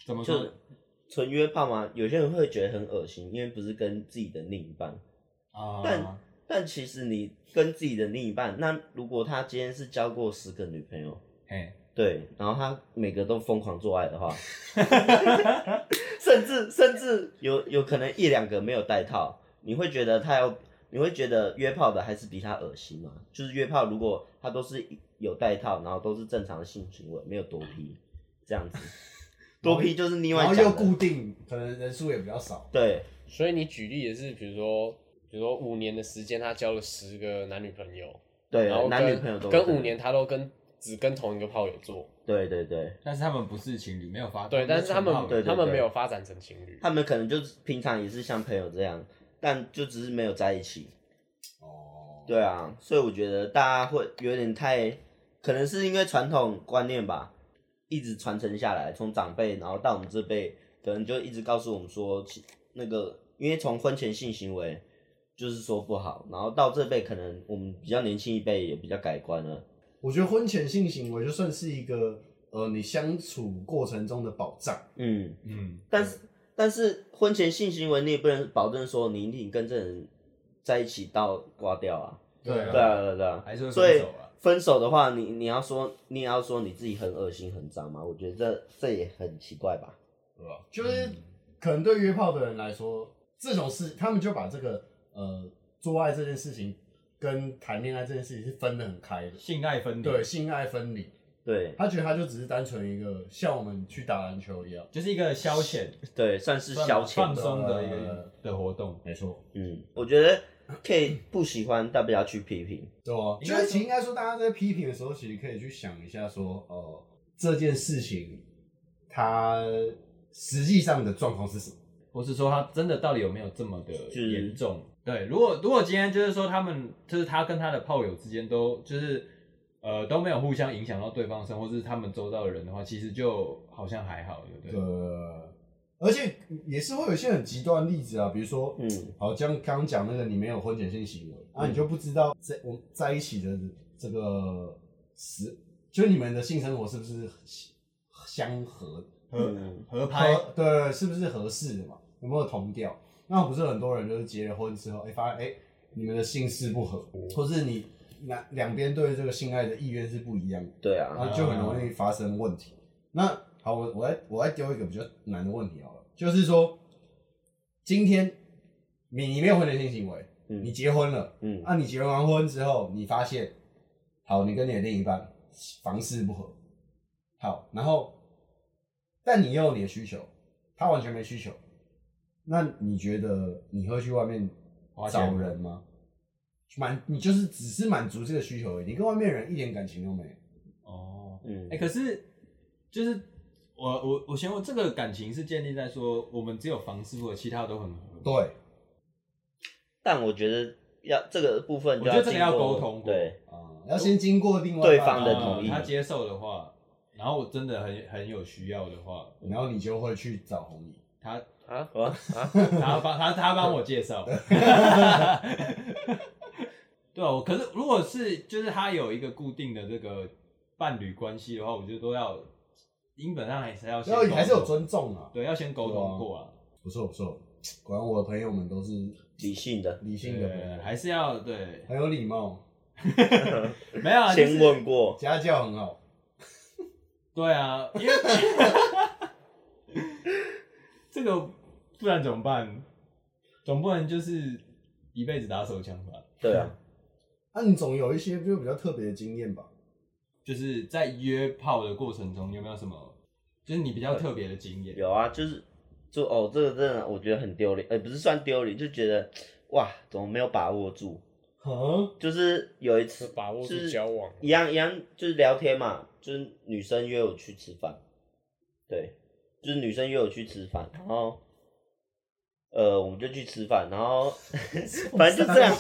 [SPEAKER 1] 怎么
[SPEAKER 4] 就
[SPEAKER 1] 说
[SPEAKER 4] 纯约炮嘛，有些人会觉得很恶心，因为不是跟自己的另一半。
[SPEAKER 1] 啊
[SPEAKER 4] 但？但其实你跟自己的另一半，那如果他今天是交过十个女朋友，
[SPEAKER 1] 嘿，
[SPEAKER 4] 对，然后他每个都疯狂做爱的话，甚至甚至有有可能一两个没有戴套，你会觉得他要，你会觉得约炮的还是比他恶心吗？就是约炮如果他都是有戴套，然后都是正常的性行为，没有多批这样子，多批就是另外
[SPEAKER 3] 然后
[SPEAKER 4] 讲
[SPEAKER 3] 又
[SPEAKER 4] 的
[SPEAKER 3] 固定，可能人数也比较少。
[SPEAKER 4] 对
[SPEAKER 2] 所以你举例也是，比如说比如说五年的时间，他交了十个男女朋友，
[SPEAKER 4] 对
[SPEAKER 2] 然后，
[SPEAKER 4] 男女
[SPEAKER 2] 跟
[SPEAKER 4] 朋友都
[SPEAKER 2] 跟五年他都跟只跟同一个炮友做，
[SPEAKER 4] 对对对，
[SPEAKER 1] 但是他们不是情侣，没有发
[SPEAKER 2] 对，但是他
[SPEAKER 1] 纯炮
[SPEAKER 2] 们
[SPEAKER 1] 友
[SPEAKER 4] 对对
[SPEAKER 2] 他们没有发展成情侣，
[SPEAKER 4] 他们可能就是平常也是像朋友这样，但就只是没有在一起。
[SPEAKER 3] 哦，
[SPEAKER 4] 对啊，所以我觉得大家会有点太，可能是因为传统观念吧，一直传承下来，从长辈然后到我们这辈，可能就一直告诉我们说，其那个因为从婚前性行为就是说不好，然后到这辈可能我们比较年轻一辈也比较改观了，
[SPEAKER 3] 我觉得婚前性行为就算是一个呃你相处过程中的保障。
[SPEAKER 4] 嗯，
[SPEAKER 1] 嗯，
[SPEAKER 4] 但是但是婚前性行为你也不能保证说你一定跟这人在一起到挂掉啊，
[SPEAKER 1] 对
[SPEAKER 4] 对啊对啊对啊，
[SPEAKER 1] 还是会
[SPEAKER 4] 所
[SPEAKER 1] 分
[SPEAKER 4] 以
[SPEAKER 1] 手啊。
[SPEAKER 4] 分手的话，你你要说你也要说你自己很恶心很脏吗？我觉得这这也很奇怪吧。
[SPEAKER 3] 对吧？就是可能对约炮的人来说，这种事他们就把这个呃做爱这件事情跟谈恋爱这件事情是分得很开的，
[SPEAKER 1] 性爱分离，
[SPEAKER 3] 对，性爱分离。
[SPEAKER 4] 对
[SPEAKER 3] 他觉得他就只是单纯一个像我们去打篮球一样，
[SPEAKER 1] 就是一个消遣、
[SPEAKER 4] 对，算是消
[SPEAKER 1] 放
[SPEAKER 4] 遣。
[SPEAKER 1] 松的一个的活动。
[SPEAKER 3] 没错，
[SPEAKER 4] 嗯，我觉得可以不喜欢，但不要去批评。
[SPEAKER 3] 对啊。
[SPEAKER 1] 应
[SPEAKER 3] 就
[SPEAKER 1] 该
[SPEAKER 3] 是
[SPEAKER 1] 说
[SPEAKER 3] 其实应该说，大家在批评的时候，其实可以去想一下说，呃，这件事情它实际上的状况是什么？
[SPEAKER 1] 或是说他真的到底有没有这么的
[SPEAKER 4] 是
[SPEAKER 1] 严重？对，如果如果今天就是说他们就是他跟他的炮友之间都就是呃都没有互相影响到对方的生活，或是他们周遭的人的话，其实就好像还好，对不对？
[SPEAKER 3] 呃，而且也是会有一些很极端的例子啊，比如说，
[SPEAKER 4] 嗯，
[SPEAKER 3] 好，像刚刚讲那个你没有婚前性行为，啊，你就不知道在我在一起的这个时，就是你们的性生活是不是相合，
[SPEAKER 4] 嗯，
[SPEAKER 1] 合拍
[SPEAKER 3] 合对，是不是合适的嘛？有没有同调？那不是很多人就是结了婚之后，哎、发现哎、你们的性事不合，或是你两两边对这个性爱的意愿是不一样的。
[SPEAKER 4] 对
[SPEAKER 3] 然
[SPEAKER 4] 啊，
[SPEAKER 3] 后就很容易发生问题。那好，我我来我来丢一个比较难的问题好了，就是说，今天你你没有婚前性行为，
[SPEAKER 4] 嗯
[SPEAKER 3] 你结婚了，
[SPEAKER 4] 嗯
[SPEAKER 1] 啊
[SPEAKER 3] 那、你结完婚之后，你发现，好，你跟你的另一半房事不合，好，然后，但你又有你的需求，他完全没需求，那你觉得你会去外面
[SPEAKER 1] 花钱
[SPEAKER 3] 找
[SPEAKER 1] 吗
[SPEAKER 3] 人吗？满，你就是只是满足这个需求而已，你跟外面人一点感情都没有。
[SPEAKER 1] 哦。
[SPEAKER 4] 嗯
[SPEAKER 1] 哎、，可是就是我我我先问，这个感情是建立在说我们只有房师傅，其他的都很合。
[SPEAKER 3] 对，
[SPEAKER 4] 但我觉得要这个部分就
[SPEAKER 1] 我觉得这个
[SPEAKER 4] 经
[SPEAKER 1] 要
[SPEAKER 4] 过
[SPEAKER 1] 沟通过
[SPEAKER 4] 对
[SPEAKER 3] 啊、要先经过另外一
[SPEAKER 4] 对
[SPEAKER 3] 半
[SPEAKER 4] 方的
[SPEAKER 1] 呃
[SPEAKER 4] 同意
[SPEAKER 1] 他接受的话，然后我真的很很有需要的话，
[SPEAKER 3] 然后你就会去找红米。
[SPEAKER 1] 他
[SPEAKER 2] 啊啊！
[SPEAKER 1] 他帮他他帮我介绍。 对啊，我可是如果是就是他有一个固定的这个伴侣关系的话，我觉得都要基本上还是要先
[SPEAKER 3] 然后你还是有
[SPEAKER 1] 沟通
[SPEAKER 3] 尊重啊，
[SPEAKER 1] 对，要先沟通过啊，
[SPEAKER 3] 不错不错，果然我的朋友们都是
[SPEAKER 4] 理性的，
[SPEAKER 3] 理性的朋
[SPEAKER 1] 对，
[SPEAKER 3] 友，
[SPEAKER 1] 还是要对，
[SPEAKER 3] 很有礼貌，
[SPEAKER 1] 没有啊，就
[SPEAKER 4] 先
[SPEAKER 1] 是
[SPEAKER 4] 问过，
[SPEAKER 3] 家教很好。
[SPEAKER 1] 对啊， 因为这个不然怎么办？总不能就是一辈子打手枪吧？
[SPEAKER 4] 对啊，
[SPEAKER 3] 那、你总有一些就比较特别的经验吧？
[SPEAKER 1] 就是在约炮的过程中，有没有什么就是你比较特别的经验？
[SPEAKER 4] 有啊，就是就哦，这个真的我觉得很丢脸，呃，不是算丢脸，就觉得哇，怎么没有把握住？
[SPEAKER 3] 啊，
[SPEAKER 4] 就是有一次
[SPEAKER 2] 就把握
[SPEAKER 4] 就
[SPEAKER 2] 住
[SPEAKER 4] 是
[SPEAKER 2] 交往，啊
[SPEAKER 4] 一样一样，就是聊天嘛，就是女生约我去吃饭，对，就是女生约我去吃饭，然后，呃，我们就去吃饭，然后 反正就这样，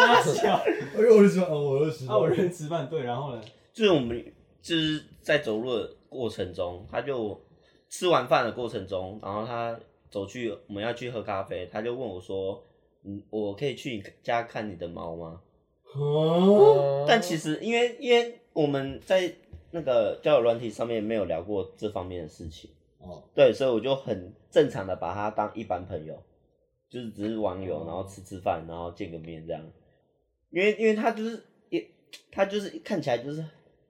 [SPEAKER 1] 大小，
[SPEAKER 3] 哎 呦，我就说，哦，我就说，
[SPEAKER 1] 啊，我认吃饭对，然后呢？
[SPEAKER 4] 就是我们就是在走路的过程中，他就吃完饭的过程中，然后他走去我们要去喝咖啡，他就问我说：“嗯，我可以去你家看你的猫吗？”
[SPEAKER 3] 啊，
[SPEAKER 2] 哦
[SPEAKER 4] 但其实因为因为我们在那个交友软体上面没有聊过这方面的事情，
[SPEAKER 3] 哦，
[SPEAKER 4] 对，所以我就很正常的把他当一般朋友，就是只是网友，然后吃吃饭，然后见个面这样。因为因为他就是也，他就是看起来就是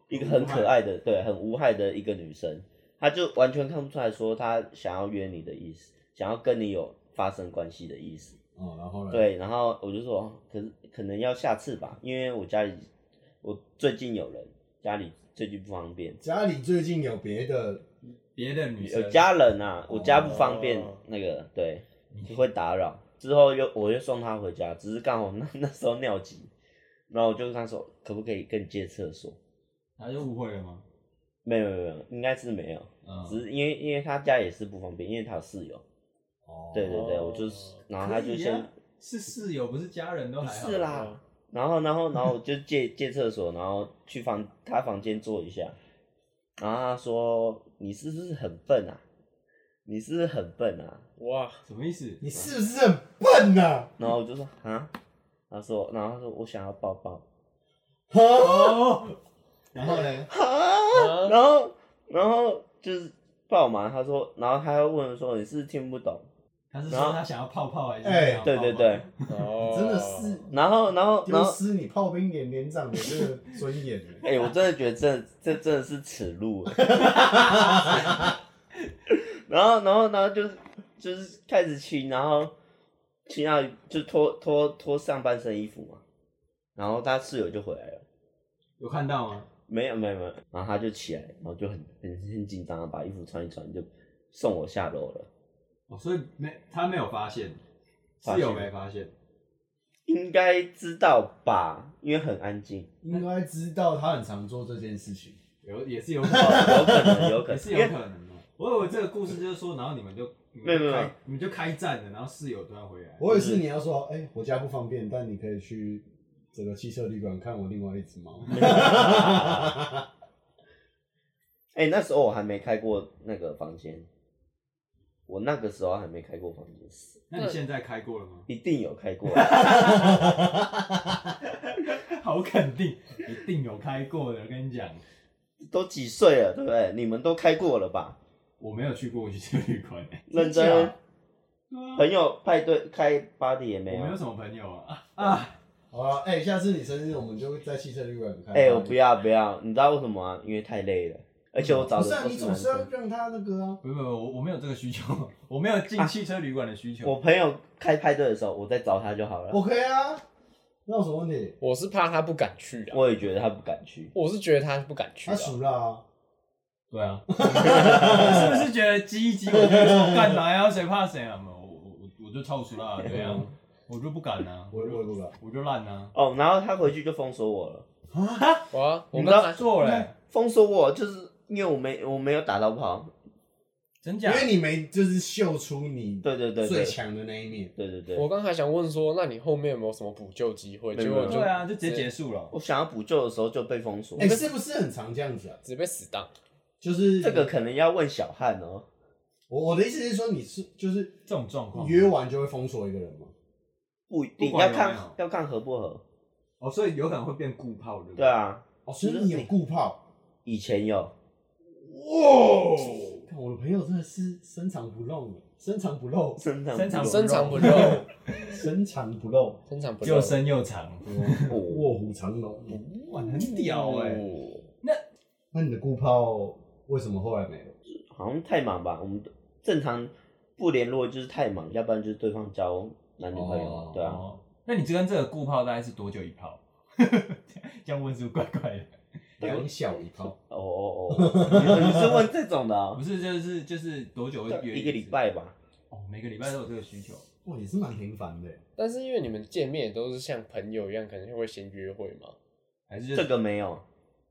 [SPEAKER 4] 一个很可爱的，对，很无害的一个女生，他就完全看不出来说她想要约你的意思，想要跟你有发生关系的意思。
[SPEAKER 3] 哦，然
[SPEAKER 1] 嗯
[SPEAKER 3] 后呢？，
[SPEAKER 4] 对，然后我就说，哦可是可能要下次吧，因为我家里我最近有人，家里最近不方便，
[SPEAKER 3] 家里最近有别的，
[SPEAKER 1] 别的女生
[SPEAKER 4] 有家人啊，我家不方便，
[SPEAKER 2] 哦
[SPEAKER 4] 那个对，
[SPEAKER 1] 嗯
[SPEAKER 4] 就会打扰。之后又我又送他回家，只是刚好 那那时候尿急，然后我就跟他说，可不可以跟你借厕所？
[SPEAKER 1] 他就误会了吗？
[SPEAKER 4] 没有没有没有，应该是没有，只
[SPEAKER 1] 嗯，
[SPEAKER 4] 是因为因为他家也是不方便，因为他有室友。
[SPEAKER 3] 哦，
[SPEAKER 4] 对对对，我就是，然后他
[SPEAKER 1] 哦可
[SPEAKER 4] 就
[SPEAKER 1] 以
[SPEAKER 4] 先
[SPEAKER 1] 啊是室友不是家人都还好，嗯
[SPEAKER 4] 是啦，然后然后然后我就借借厕所，然后去房他房间坐一下，然后他说你是不是很笨啊？你是不是很笨啊？
[SPEAKER 2] 哇，
[SPEAKER 1] 什么意 思？
[SPEAKER 3] 你是不是很笨呐、
[SPEAKER 4] 然后我就说啊，他说，然后他说我想要抱抱，
[SPEAKER 3] 啊？
[SPEAKER 1] 哦， 然后呢？
[SPEAKER 4] 啊，然后然后就是抱嘛，他说，然后他又问说你是不是听不懂，
[SPEAKER 1] 他是
[SPEAKER 4] 然
[SPEAKER 1] 说
[SPEAKER 4] 后
[SPEAKER 1] 他想要泡泡还是？
[SPEAKER 3] 哎
[SPEAKER 4] 对对对，，
[SPEAKER 2] 哦
[SPEAKER 3] 你，真的是
[SPEAKER 4] 然后然后然
[SPEAKER 3] 丢
[SPEAKER 4] 后，
[SPEAKER 3] 失你炮兵连连长的这个尊 严了。
[SPEAKER 4] 哎、我真的觉得这这真的是耻辱，啊 然后然后然后就是就是开始亲，然后亲到就脱脱脱上半身衣服嘛，然后他室友就回来了。
[SPEAKER 1] 有看到吗？
[SPEAKER 4] 没有没有没有，然后他就起来，然后就很很很紧张的啊把衣服穿一穿，就送我下楼了。
[SPEAKER 1] 哦，所以没他没有发现，
[SPEAKER 4] 发现
[SPEAKER 1] 室友没发现，
[SPEAKER 4] 应该知道吧，因为很安静，
[SPEAKER 3] 应该知道他很常做这件事情。
[SPEAKER 1] 有也是有可
[SPEAKER 4] 哦有
[SPEAKER 1] 能，
[SPEAKER 4] 可 能有可
[SPEAKER 1] 也
[SPEAKER 4] 能，
[SPEAKER 1] 是
[SPEAKER 4] 因
[SPEAKER 1] 有
[SPEAKER 4] 为
[SPEAKER 1] 可能的。哦我以为这个故事就是说，然后你们就你
[SPEAKER 4] 没
[SPEAKER 1] 们就
[SPEAKER 4] 有没有没
[SPEAKER 1] 开
[SPEAKER 4] 有
[SPEAKER 1] 你们就开战了，然后室友突然回来，
[SPEAKER 3] 我也是，你要说，哎、我家不方便，但你可以去这个汽车旅馆看我另外一 只猫。
[SPEAKER 4] 哎、那时候我还没开过那个房间，我那个时候还没开过房间，
[SPEAKER 1] 那你现在开过了吗？
[SPEAKER 4] 一定有开过啊，
[SPEAKER 1] 好肯定，一定有开过的。我跟你讲，
[SPEAKER 4] 都几岁了，对不对？你们都开过了吧？
[SPEAKER 1] 我没有去过汽车旅馆、欸，
[SPEAKER 4] 认
[SPEAKER 3] 真假
[SPEAKER 4] 真，啊朋友派对开 party 也没
[SPEAKER 1] 我
[SPEAKER 4] 有
[SPEAKER 1] 没有。什么朋友啊啊！
[SPEAKER 3] 好了，哎、下次你生日，我们就在汽车旅馆看。
[SPEAKER 4] 哎、我不。要不要，你知道为什么吗？因为太累了，而且我找
[SPEAKER 3] 不是
[SPEAKER 4] 的
[SPEAKER 3] 啊，
[SPEAKER 4] 都
[SPEAKER 3] 你总
[SPEAKER 4] 男
[SPEAKER 3] 是要
[SPEAKER 4] 生。
[SPEAKER 3] 让他那个 啊。
[SPEAKER 1] 不不，我我没有这个需求，我没有进汽车旅馆的需求。
[SPEAKER 4] 我朋友开派对的时候，我再找他就好了。我
[SPEAKER 3] OK 啊，那有什么问题？
[SPEAKER 2] 我是怕他不敢去的，
[SPEAKER 4] 也觉得他不敢去，
[SPEAKER 2] 我是觉得他不敢去
[SPEAKER 3] 他
[SPEAKER 2] 啊，
[SPEAKER 3] 熟了啊。
[SPEAKER 1] 对啊，是不是觉得激一激我就说干嘛呀？谁怕谁啊？没有我我我我就超熟了，对啊，我就不敢啊，
[SPEAKER 3] 我我也不敢。
[SPEAKER 1] 我就烂啊，
[SPEAKER 4] 哦，然后他回去就封锁我了。
[SPEAKER 2] 哇，啊我
[SPEAKER 4] 你
[SPEAKER 2] 跟
[SPEAKER 4] 知道
[SPEAKER 2] 他
[SPEAKER 1] 做嘞，
[SPEAKER 4] 封锁我就是因为我没我没有打到炮，
[SPEAKER 1] 真假
[SPEAKER 3] 因？为你没就是秀出你
[SPEAKER 4] 对对对
[SPEAKER 3] 最
[SPEAKER 4] 对
[SPEAKER 3] 强的那一面。
[SPEAKER 4] 对对对，
[SPEAKER 2] 我
[SPEAKER 4] 我
[SPEAKER 2] 刚还想问说，那你后面有没有什么补救机会？
[SPEAKER 4] 没
[SPEAKER 2] 结
[SPEAKER 4] 有
[SPEAKER 2] 果就
[SPEAKER 1] 对啊啊，就直接结束了。
[SPEAKER 4] 想要补救的时候就被封锁
[SPEAKER 3] 哎哎、，是不是很常这样子啊？
[SPEAKER 2] 直接被死当，
[SPEAKER 3] 就是
[SPEAKER 4] 这个可能要问小汉哦。
[SPEAKER 3] 我我的意思是说，你是就是
[SPEAKER 1] 这种状况
[SPEAKER 3] 约完就会封锁一个人吗？
[SPEAKER 4] 不一定
[SPEAKER 1] 不管
[SPEAKER 4] 要
[SPEAKER 1] 有
[SPEAKER 4] 看
[SPEAKER 1] 没有
[SPEAKER 4] 要看合不合。
[SPEAKER 1] 哦，所以有可能会变固炮，对不
[SPEAKER 4] 对？啊，
[SPEAKER 3] 哦，所以你有固炮。
[SPEAKER 4] 以前有，
[SPEAKER 3] 哇！看我的朋友真的是深藏不露呢，深藏不露，
[SPEAKER 4] 深藏
[SPEAKER 1] 深藏
[SPEAKER 4] 不
[SPEAKER 1] 不
[SPEAKER 4] 露
[SPEAKER 2] 深藏 不露，
[SPEAKER 3] 深藏不露，
[SPEAKER 2] 深藏不露
[SPEAKER 1] 又。深又长，
[SPEAKER 3] 嗯卧虎藏龙。
[SPEAKER 1] 哇，很屌
[SPEAKER 4] 嗯
[SPEAKER 1] 哎、
[SPEAKER 2] 哦
[SPEAKER 3] 那你的固炮为什么后来没了？
[SPEAKER 4] 好像太忙吧？我们正常不联络就是太忙，要不然就是对方交男女朋友，
[SPEAKER 3] 哦
[SPEAKER 4] 对啊。
[SPEAKER 1] 哦，那你这跟这个固炮大概是多久一炮？ 这样问是不是怪怪的？
[SPEAKER 3] 两小一炮，
[SPEAKER 4] 哦哦哦，你你是问这种的、哦
[SPEAKER 1] 不？是，就是就是多久会约次
[SPEAKER 4] 一个礼？拜吧，
[SPEAKER 1] 哦，每个礼拜都有这个需求。
[SPEAKER 3] 哇，也是蛮频繁的。
[SPEAKER 2] 但是因为你们见面也都是像朋友一样，可能会先约会嘛。
[SPEAKER 1] 还是
[SPEAKER 4] 这个没有，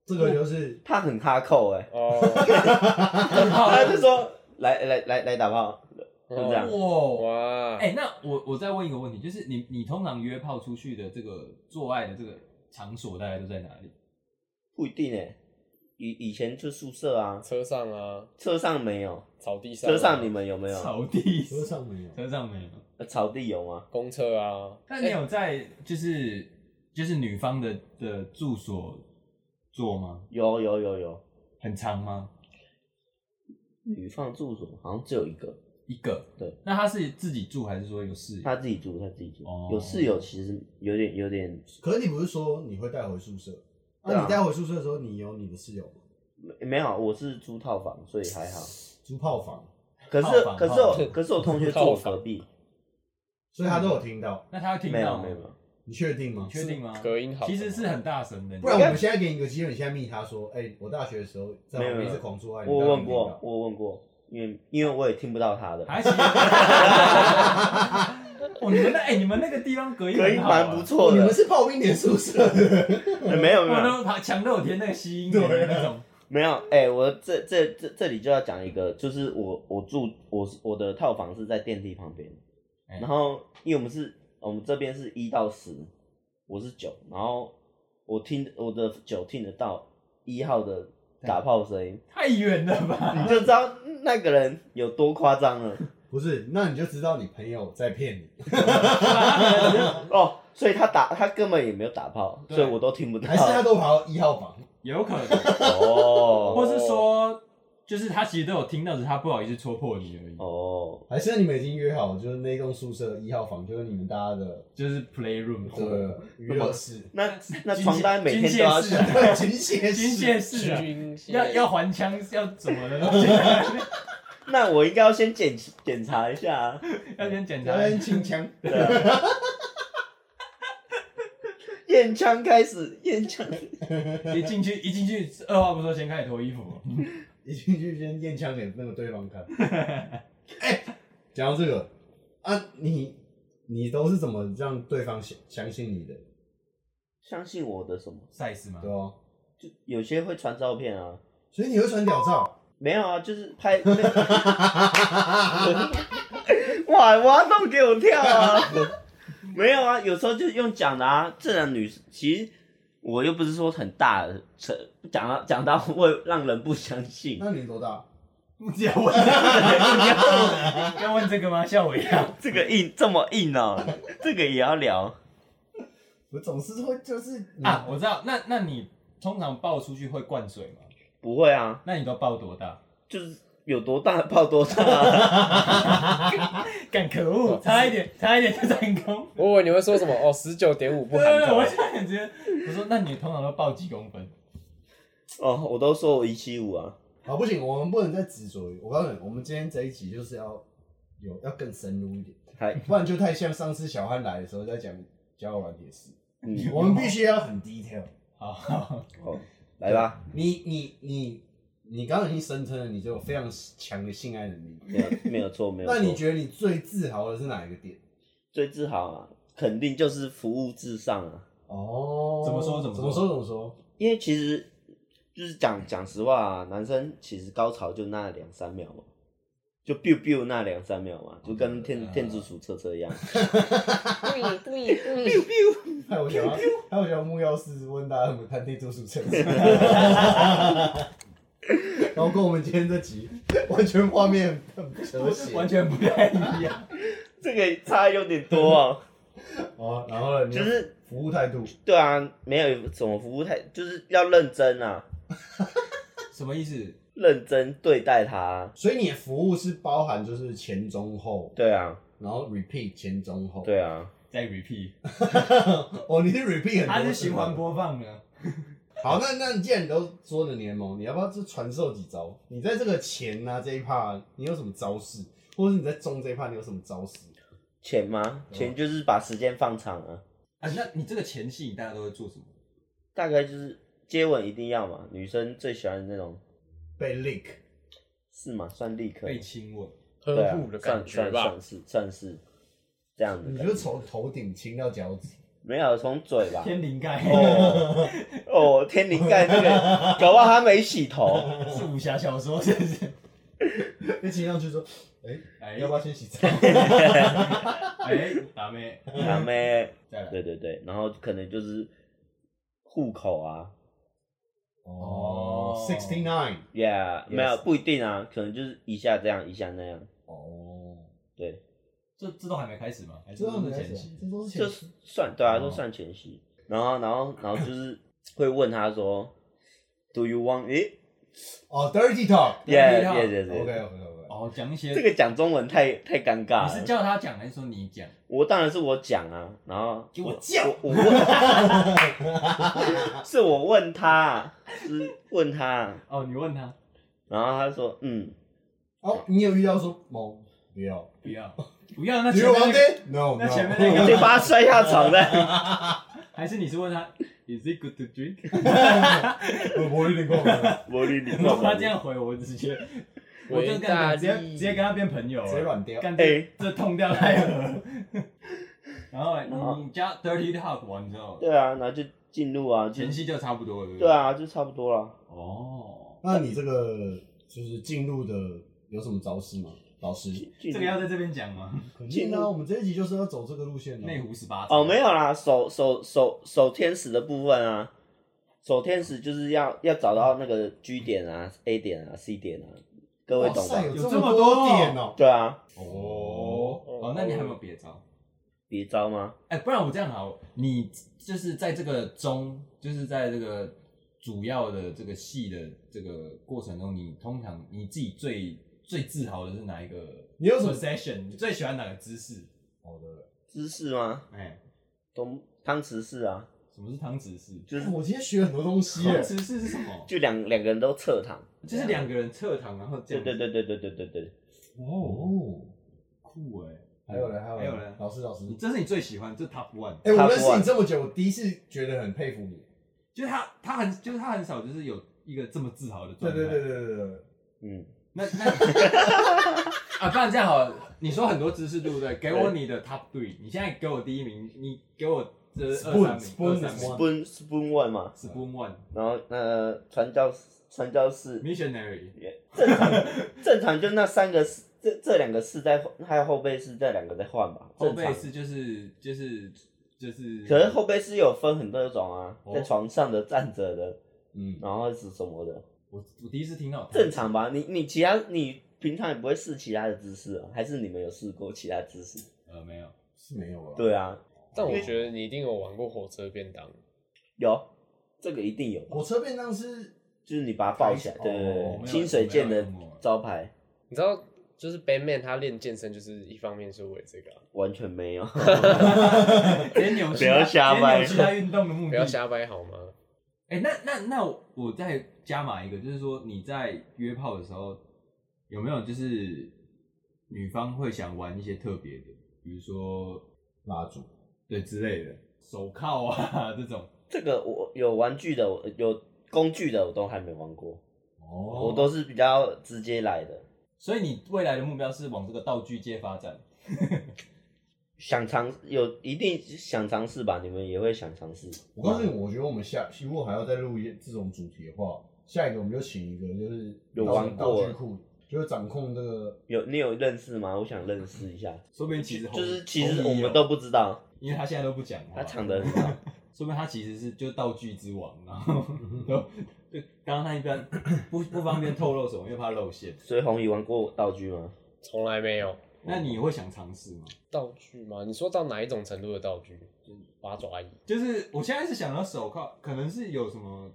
[SPEAKER 3] 这个就是
[SPEAKER 4] 他很哈扣 哎、
[SPEAKER 2] 哦，
[SPEAKER 4] 他就说来来来来打炮，就这样。
[SPEAKER 1] 哇，
[SPEAKER 2] 哇，
[SPEAKER 1] 哎、那我我再问一个问题，就是你你通常约炮出去的这个做爱的这个场所大概都在哪里？
[SPEAKER 4] 不一定哎、以以前就宿舍啊，
[SPEAKER 2] 车上啊，
[SPEAKER 4] 车上没有，
[SPEAKER 2] 草地上啊，
[SPEAKER 4] 车上你们有没有？
[SPEAKER 1] 草地
[SPEAKER 3] 车上没有，
[SPEAKER 1] 车上没有。
[SPEAKER 4] 呃草地有吗？
[SPEAKER 2] 公 车啊，
[SPEAKER 1] 那你有在就是、就是女方的的住所做吗？
[SPEAKER 4] 有有有有，
[SPEAKER 1] 很长吗？
[SPEAKER 4] 女放住所好像只有一个，
[SPEAKER 1] 一个。
[SPEAKER 4] 对。
[SPEAKER 1] 那他是自己住还是说有室友？
[SPEAKER 4] 他自己住，他自己住。
[SPEAKER 1] 哦
[SPEAKER 4] 有室友其实有点有点
[SPEAKER 3] 可是你不是说你会带回宿舍？那、
[SPEAKER 4] 对啊
[SPEAKER 3] 你带回宿舍的时候，你有你的室友吗？
[SPEAKER 4] 没没有，我是租套房，所以 还好。
[SPEAKER 3] 租炮房，
[SPEAKER 4] 可是
[SPEAKER 1] 套房
[SPEAKER 4] 可是
[SPEAKER 1] 套
[SPEAKER 4] 我
[SPEAKER 2] 房
[SPEAKER 4] 可是我同学住我隔壁，
[SPEAKER 3] 所以他都有听到。
[SPEAKER 1] 那他会听
[SPEAKER 4] 没
[SPEAKER 1] 到
[SPEAKER 4] 有
[SPEAKER 1] 吗？
[SPEAKER 4] 没有没有，
[SPEAKER 3] 你确定吗？
[SPEAKER 1] 你确定吗？
[SPEAKER 2] 隔音好
[SPEAKER 1] 其实是很大声的。
[SPEAKER 3] 不然我们现在给你一个机会，你现在密他说，哎、我大学的时候在
[SPEAKER 4] 没
[SPEAKER 3] 我
[SPEAKER 4] 有没
[SPEAKER 3] 们
[SPEAKER 4] 有
[SPEAKER 3] 一直狂
[SPEAKER 1] 哦
[SPEAKER 3] 做爱，你
[SPEAKER 4] 我
[SPEAKER 3] 当然
[SPEAKER 4] 问
[SPEAKER 3] 没
[SPEAKER 4] 过
[SPEAKER 3] 听到
[SPEAKER 4] 我问过，因为因为我也听不到他的，
[SPEAKER 1] 还行。 哦，你们那哎、你们那个地方隔音
[SPEAKER 4] 隔音
[SPEAKER 1] 很好啊
[SPEAKER 4] 蛮不。错
[SPEAKER 3] 你
[SPEAKER 4] 的
[SPEAKER 3] 们。是炮兵连宿舍的，
[SPEAKER 4] 呃没有没
[SPEAKER 1] 哇，
[SPEAKER 4] 有
[SPEAKER 1] 哦那爬墙都有贴那个吸音棉的那种。
[SPEAKER 4] 没有，哎、我这这这这里就要讲一个，就是我我住我是我的套房是在电梯旁边，
[SPEAKER 1] 哎
[SPEAKER 4] 然后因为我们是我们这边是一到十，我是九，然后我听我的九听得到一号的打炮声音，
[SPEAKER 1] 太远了吧？
[SPEAKER 4] 你就知道那个人有多夸张了。
[SPEAKER 3] 不是？那你就知道你朋友在骗你，
[SPEAKER 4] 哦，所以他打他根本也没有打炮，
[SPEAKER 1] 对
[SPEAKER 4] 所以我都听不到。
[SPEAKER 3] 还是他都跑到一号房？
[SPEAKER 1] 有可能，
[SPEAKER 4] 哦
[SPEAKER 1] 或是说，就是他其实都有听到，只是他不好意思戳破你而已。
[SPEAKER 4] 哦，
[SPEAKER 3] 还是你们已经约好，就是那栋宿舍一号房，就是你们大家 的
[SPEAKER 1] 就是 playroom，
[SPEAKER 3] 这个娱乐室、
[SPEAKER 4] 那那
[SPEAKER 1] 军械
[SPEAKER 4] 床单每天都要
[SPEAKER 1] 军械室啊，
[SPEAKER 4] 洗
[SPEAKER 3] 对军械
[SPEAKER 1] 军
[SPEAKER 3] 室，
[SPEAKER 1] 械室啊，
[SPEAKER 2] 军械
[SPEAKER 1] 要要还枪要怎么的东西，
[SPEAKER 4] 那我应该要先检检查一下啊。
[SPEAKER 1] 要先检查
[SPEAKER 3] 然。后清枪，
[SPEAKER 4] 对啊 验枪开始，验枪。
[SPEAKER 1] 一进去一进去，二话不说先开始脱衣 服。
[SPEAKER 3] 一进去先验枪给那个对方看。哎、讲到这个啊，你你都是怎么让对方相相信你的？
[SPEAKER 4] 相信我的什么？
[SPEAKER 1] 赛事吗
[SPEAKER 3] 对？哦、
[SPEAKER 4] 就有些会传照片啊，
[SPEAKER 3] 所以你会传屌照？
[SPEAKER 4] 没有啊，就是拍。哇，挖洞给我跳啊！ 没有啊，有时候就用讲的啊。这两女，其实我又不是说很大的，扯讲到讲到会让人不相信。
[SPEAKER 3] 那你多大？
[SPEAKER 1] 你要问这个， 你要问这个吗？吓我一跳。
[SPEAKER 4] 这个硬这么硬哦，这个也要聊。
[SPEAKER 3] 我总是会就是
[SPEAKER 1] 啊，，我知道，那那你通常抱出去会灌水吗？
[SPEAKER 4] 不会啊，
[SPEAKER 1] 那你都抱多大？
[SPEAKER 4] 就是有多大泡多大啊、
[SPEAKER 1] 干可恶，差一点，差一点就成功。
[SPEAKER 2] 我以为你会说什么哦，十九点五不
[SPEAKER 1] 对
[SPEAKER 2] 含
[SPEAKER 1] 对对，我
[SPEAKER 2] 头，
[SPEAKER 1] 差点直接，我说那你通常都抱几公分？
[SPEAKER 4] 哦，我都说我一七五啊。
[SPEAKER 3] 好不行，我们不能再执着于。我告诉你，我们今天这一集就是要有要更深入一点，
[SPEAKER 4] 还
[SPEAKER 3] 不然就太像上次小汉来的时候在讲交友软件事。
[SPEAKER 4] 嗯
[SPEAKER 3] 我们必须要很 detail。
[SPEAKER 1] 好好，
[SPEAKER 4] 哦，来吧，
[SPEAKER 3] 你你你你刚刚已经声称了，你就有非常强的性爱能力。
[SPEAKER 4] 没有没有错，没有错。
[SPEAKER 3] 那你觉得你最自豪的是哪一个点？
[SPEAKER 4] 最自豪啊，肯定就是服务至上啊。
[SPEAKER 3] 哦
[SPEAKER 1] 怎么说怎么
[SPEAKER 3] 怎
[SPEAKER 1] 说
[SPEAKER 3] 么说？怎么说？
[SPEAKER 4] 因为其实就是讲讲实话、啊，男生其实高潮就那两三秒嘛，就 biu biu 那两三秒嘛，就跟天天竺鼠车车一样。
[SPEAKER 3] 害我想要，
[SPEAKER 2] 对对对。
[SPEAKER 3] 害我 想要木曜四问大家有没有看《天竺鼠车车》然后跟我们今天这集完全画面很不和 谐。
[SPEAKER 1] 完全不太一样。
[SPEAKER 4] 这个差有点多哦。
[SPEAKER 3] 哦，然后呢？你的
[SPEAKER 4] 就是
[SPEAKER 3] 服务态度，
[SPEAKER 4] 对啊，没有什么服务态，就是要认真啊，
[SPEAKER 1] 什么意思？
[SPEAKER 4] 认真对待他啊。
[SPEAKER 3] 所以你的服务是包含就是前中后，
[SPEAKER 4] 对啊，
[SPEAKER 3] 然后 repeat 前中后。
[SPEAKER 4] 对啊，
[SPEAKER 1] 再 repeat，
[SPEAKER 3] 哦，你是 repeat 很多。
[SPEAKER 1] 它是循环。播放的。
[SPEAKER 3] 好，那那你既然你都说了联盟，你要不要就传授几招？你在这个前啊这一趴，你有什么招式？或者是你在中这一趴，你有什么招式？
[SPEAKER 4] 钱吗？钱就是把时间放长啊，
[SPEAKER 1] 啊，那你这个前戏你大家都会做什么？
[SPEAKER 4] 大概就是接吻一定要嘛，女生最喜欢那种
[SPEAKER 3] 被 lick，
[SPEAKER 4] 是吗？算立刻，
[SPEAKER 1] 被亲吻，
[SPEAKER 2] 呵
[SPEAKER 4] 对啊
[SPEAKER 2] 护的感觉
[SPEAKER 4] 算算
[SPEAKER 2] 吧
[SPEAKER 4] 算。是算是这样的
[SPEAKER 3] 你
[SPEAKER 4] 感
[SPEAKER 3] 就
[SPEAKER 4] 觉，
[SPEAKER 3] 是从头顶亲到脚趾。
[SPEAKER 4] 没有从嘴 吧？
[SPEAKER 1] 天灵盖
[SPEAKER 4] 哦哦，天灵盖这个，搞不好他没洗头。
[SPEAKER 1] 是武侠小说是不是？
[SPEAKER 3] 一亲上去说，哎、
[SPEAKER 1] 哎
[SPEAKER 3] 要不要先洗澡？
[SPEAKER 1] 哎，打妹，
[SPEAKER 4] 他妹，
[SPEAKER 1] 再来。
[SPEAKER 4] 对对对，然后可能就是户口啊
[SPEAKER 1] 哦
[SPEAKER 3] sixty nine，
[SPEAKER 4] ，Yeah，
[SPEAKER 3] Yes
[SPEAKER 4] 没有不一定啊，可能就是一下这样，一下那样，
[SPEAKER 3] 哦，
[SPEAKER 4] 对，
[SPEAKER 1] 这这都还没开始吗？还是
[SPEAKER 3] 这都
[SPEAKER 1] 都是
[SPEAKER 3] 是前
[SPEAKER 1] 前
[SPEAKER 3] 期
[SPEAKER 1] 戏？，
[SPEAKER 3] 这都是
[SPEAKER 4] 就
[SPEAKER 3] 前期。
[SPEAKER 4] 算对啊，
[SPEAKER 1] 哦
[SPEAKER 4] 都算前戏。然后然后然后就是会问他说，Do you want it？Yeah
[SPEAKER 3] 哦，dirty talk。
[SPEAKER 1] Dirty
[SPEAKER 4] yeah
[SPEAKER 1] talk
[SPEAKER 4] yeah
[SPEAKER 3] OK
[SPEAKER 4] yeah。
[SPEAKER 3] OK OK。
[SPEAKER 1] 哦，讲一些
[SPEAKER 4] 这。个讲中文太太尴尬
[SPEAKER 1] 你是
[SPEAKER 4] 了，
[SPEAKER 1] 叫他讲还是说你讲？
[SPEAKER 4] 我当然是我讲啊，然后
[SPEAKER 1] 给我叫
[SPEAKER 4] 我我问， 是我问他，是问他，
[SPEAKER 1] 哦，你问他，
[SPEAKER 4] 然后他说嗯，
[SPEAKER 3] 哦，你有遇到说某不要
[SPEAKER 1] 不要，不要。那
[SPEAKER 3] ？Do
[SPEAKER 1] 前
[SPEAKER 3] you
[SPEAKER 1] 面
[SPEAKER 3] want
[SPEAKER 1] 那个
[SPEAKER 3] it? No
[SPEAKER 1] 那
[SPEAKER 3] no。
[SPEAKER 1] 前面
[SPEAKER 4] 我
[SPEAKER 1] 那
[SPEAKER 4] 就
[SPEAKER 1] 个，
[SPEAKER 4] 把他摔下床的。
[SPEAKER 1] 还是你是问他，Is it good to drink？
[SPEAKER 3] 我我有点过分了，
[SPEAKER 4] 我理你
[SPEAKER 1] 如果他这样回我，直接，我就跟他
[SPEAKER 2] 伟
[SPEAKER 1] 直接
[SPEAKER 2] 大力
[SPEAKER 1] 直接跟他变朋友
[SPEAKER 3] 直接
[SPEAKER 1] 了，
[SPEAKER 3] 软掉。
[SPEAKER 1] 干
[SPEAKER 4] 哎
[SPEAKER 1] 这这痛掉太狠。 然后
[SPEAKER 4] 后
[SPEAKER 1] 你你加 dirty talk 完之后，
[SPEAKER 4] 对啊，然后就进入啊，就
[SPEAKER 1] 前戏就差不多了，对不
[SPEAKER 4] 对？啊，就差不多了。
[SPEAKER 1] 哦，
[SPEAKER 3] 那你这个就是进入的有什么招式吗？老师，
[SPEAKER 4] 进
[SPEAKER 1] 这
[SPEAKER 4] 入
[SPEAKER 1] 个要在这边讲吗？
[SPEAKER 3] 肯定啊，我们这一集就是要走这个路线的。
[SPEAKER 1] 内湖十八
[SPEAKER 4] 哦，没有啦，守守守守天使的部分啊，守天使就是要要找到那个 G 点啊、A 点啊、C 点啊，各位
[SPEAKER 3] 哇
[SPEAKER 4] 懂
[SPEAKER 3] 塞，
[SPEAKER 4] 吧？
[SPEAKER 3] 有
[SPEAKER 1] 有
[SPEAKER 3] 这
[SPEAKER 1] 这么
[SPEAKER 3] 多
[SPEAKER 1] 多
[SPEAKER 3] 点哦。
[SPEAKER 4] 对啊，
[SPEAKER 1] 哦，哦，那你还有没有别招？
[SPEAKER 4] 别招吗？
[SPEAKER 1] 哎，不然我这样好，你就是在这个中，就是在这个主要的这个戏的这个过程中，你通常你自己最最自豪的是哪一个？
[SPEAKER 3] 你有什么
[SPEAKER 1] session？你最喜欢哪个姿势？
[SPEAKER 3] 好的，
[SPEAKER 4] 姿势吗？
[SPEAKER 1] 哎，
[SPEAKER 4] 懂汤匙式啊，
[SPEAKER 1] 什么是汤匙式？
[SPEAKER 4] 就是
[SPEAKER 3] 我今天学很多东西
[SPEAKER 1] 汤
[SPEAKER 3] 耶。
[SPEAKER 1] 匙式是什么？
[SPEAKER 4] 就两两个人都侧躺。
[SPEAKER 1] 就是两个人侧躺，然后这
[SPEAKER 4] 对
[SPEAKER 1] 样。
[SPEAKER 4] 对对对对对对对，
[SPEAKER 3] 哦，
[SPEAKER 1] 酷哎！
[SPEAKER 3] 还有嘞，还有嘞
[SPEAKER 1] 还有嘞
[SPEAKER 3] 老师老师
[SPEAKER 1] 你，这是你最喜欢，这 top one，
[SPEAKER 3] 哎，我
[SPEAKER 4] Top
[SPEAKER 3] 认识
[SPEAKER 4] one
[SPEAKER 3] 你这么久，我第一次觉得很佩服你。
[SPEAKER 1] 就是他，他很，就是他很少，就是有一个这么自豪的状
[SPEAKER 3] 对
[SPEAKER 1] 态。
[SPEAKER 3] 对对对对对。
[SPEAKER 4] 嗯，
[SPEAKER 1] 那那 啊，不然这样好了，你说很多知识对不对？给我你的 top three，你现在给我第一名，你给我这二
[SPEAKER 3] Spoon-
[SPEAKER 1] 三名，
[SPEAKER 3] Spoon
[SPEAKER 1] 二
[SPEAKER 3] is
[SPEAKER 1] 三名
[SPEAKER 3] one
[SPEAKER 4] spoon spoon one 嘛，
[SPEAKER 1] ，spoon one
[SPEAKER 4] 然后呃传教传教士
[SPEAKER 1] missionary，
[SPEAKER 4] 正常正常就那三个是这这两个是在还有后背是这两个在换吧，
[SPEAKER 1] 后
[SPEAKER 4] 正
[SPEAKER 1] 背
[SPEAKER 4] 常。
[SPEAKER 1] 是就是就是就是，
[SPEAKER 4] 可是后背是有分很多种啊，
[SPEAKER 1] 哦
[SPEAKER 4] 在床上的、站着的，
[SPEAKER 3] 嗯，
[SPEAKER 4] 然后是什么的，
[SPEAKER 1] 我我第一次听到
[SPEAKER 4] 正常吧？你你其他你平常也不会试其他的姿势啊，还是你们有试过其他姿势？
[SPEAKER 1] 呃没有，
[SPEAKER 3] 是没
[SPEAKER 1] 哦
[SPEAKER 3] 有了。
[SPEAKER 4] 对啊，
[SPEAKER 2] 但我觉得你一定有玩过火车便当，
[SPEAKER 4] 有这个一定有吧，
[SPEAKER 3] 火车便当是
[SPEAKER 4] 就是你把它抱起来，
[SPEAKER 3] 哦
[SPEAKER 4] 对
[SPEAKER 1] 我
[SPEAKER 4] 对对
[SPEAKER 1] 没有
[SPEAKER 4] 对，清水剑
[SPEAKER 1] 我
[SPEAKER 4] 的
[SPEAKER 1] 没有用过
[SPEAKER 4] 招牌
[SPEAKER 2] 你知道，就是 Batman 他练健身，就是一方面是为这个啊、
[SPEAKER 4] 完全没有。
[SPEAKER 1] 直接扭曲他，
[SPEAKER 4] 不要瞎
[SPEAKER 1] 直接扭
[SPEAKER 4] 掰
[SPEAKER 1] 曲他运动的目
[SPEAKER 2] 不
[SPEAKER 1] 的
[SPEAKER 2] 要。瞎掰好吗？
[SPEAKER 1] 哎、那那那我我再加码一个，就是说你在约炮的时候，有没有就是女方会想玩一些特别的，比如说
[SPEAKER 3] 蜡烛。
[SPEAKER 1] 对之类的手铐啊这种？
[SPEAKER 4] 这个我有玩具的，我有工具的，我都还没玩过，
[SPEAKER 3] 哦
[SPEAKER 4] 我都是比较直接来的。
[SPEAKER 1] 所以你未来的目标是往这个道具界发展？
[SPEAKER 4] 想尝有一定想尝试吧，你们也会想尝试。
[SPEAKER 3] 我告诉你，我觉得我们下如果还要再录一这种主题的话，下一个我们就请一个就是
[SPEAKER 4] 有玩过
[SPEAKER 3] 道具库，就是掌控这个
[SPEAKER 4] 有你有认识吗？我想认 识一下。
[SPEAKER 1] 说不定其实
[SPEAKER 4] 就是
[SPEAKER 1] 红
[SPEAKER 4] 其
[SPEAKER 1] 红衣
[SPEAKER 4] 实
[SPEAKER 1] 哦
[SPEAKER 4] 我们
[SPEAKER 1] 有
[SPEAKER 4] 都不知道，
[SPEAKER 1] 因为他现在都不讲话，
[SPEAKER 4] 他藏得很好。
[SPEAKER 1] 说明他其实是就道具之王， 然后就就刚刚他一般不不方便透露什么，因为怕露馅。
[SPEAKER 4] 所以红姨玩过道具吗？
[SPEAKER 2] 从来没有
[SPEAKER 1] 那你会想尝试吗？
[SPEAKER 2] 道具吗？你说到哪一种程度的道具？八爪椅
[SPEAKER 1] 就是我现在是想到手铐，可能是有什么